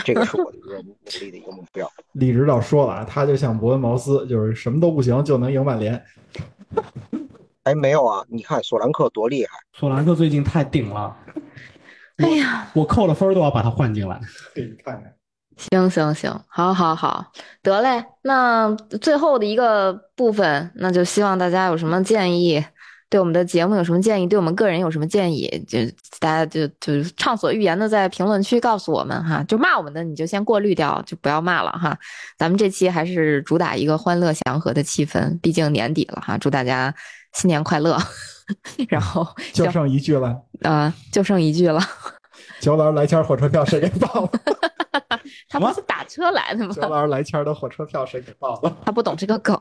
Speaker 3: 这个是我的一个努 力的一个目标。
Speaker 2: 李指导说了啊，他就像伯恩茅斯，就是什么都不行就能赢曼联。
Speaker 3: 哎，没有啊，你看索兰克多厉害。
Speaker 4: 索兰克最近太顶了，
Speaker 1: 哎呀，
Speaker 4: 我扣了分儿都要把他换进来。
Speaker 2: 给你看看，
Speaker 1: 行行行，好好好，得嘞。那最后的一个部分，那就希望大家有什么建议，对我们的节目有什么建议，对我们个人有什么建议，就大家就就畅所欲言的在评论区告诉我们哈。就骂我们的你就先过滤掉，就不要骂了哈。咱们这期还是主打一个欢乐祥和的气氛，毕竟年底了哈，祝大家新年快乐。 然后
Speaker 2: 就
Speaker 1: 行
Speaker 2: 剩一句了，
Speaker 1: 呃，就剩一句了，
Speaker 2: 九老师来钱火车票谁给报了？
Speaker 1: 他不是打车来的吗？
Speaker 2: 九老师来钱的火车票谁给报了？
Speaker 1: 他不懂这个梗。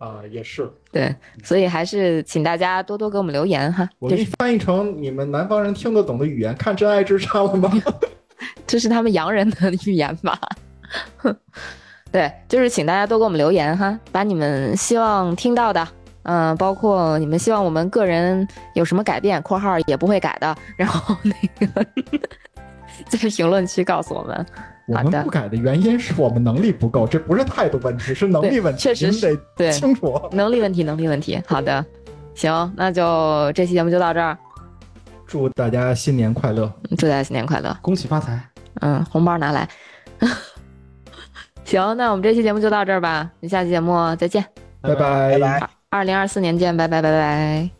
Speaker 2: 啊，也是，
Speaker 1: 对，所以还是请大家多多给我们留言哈，
Speaker 2: 我
Speaker 1: 这
Speaker 2: 给你
Speaker 1: 是
Speaker 2: 翻译成你们南方人听得懂的语言，看《真爱至上》了吗？
Speaker 1: 这是他们洋人的语言吧？ 对，就是请大家多给我们留言哈，把你们希望听到的，嗯、包括你们希望我们个人有什么改变（括号也不会改的），然后那个 在评论区告诉我们。
Speaker 2: 我
Speaker 1: 好
Speaker 2: 们
Speaker 1: 的
Speaker 2: 不改的原因是我们能力不够，这不是态度问题，是能力问题，
Speaker 1: 对确实
Speaker 2: 您
Speaker 1: 是对
Speaker 2: 得清楚。
Speaker 1: 能力问题，能力问题。好的，行，那就这期节目就到这儿，嗯
Speaker 2: 祝大家新年快乐！
Speaker 1: 祝大家新年快乐。
Speaker 4: 恭喜发财。
Speaker 1: 嗯，红包拿来。 行，那我们这期节目就到这儿吧，我们下期节目再见。
Speaker 2: 拜拜
Speaker 3: 拜拜。
Speaker 1: 二零二四年见，拜拜拜拜。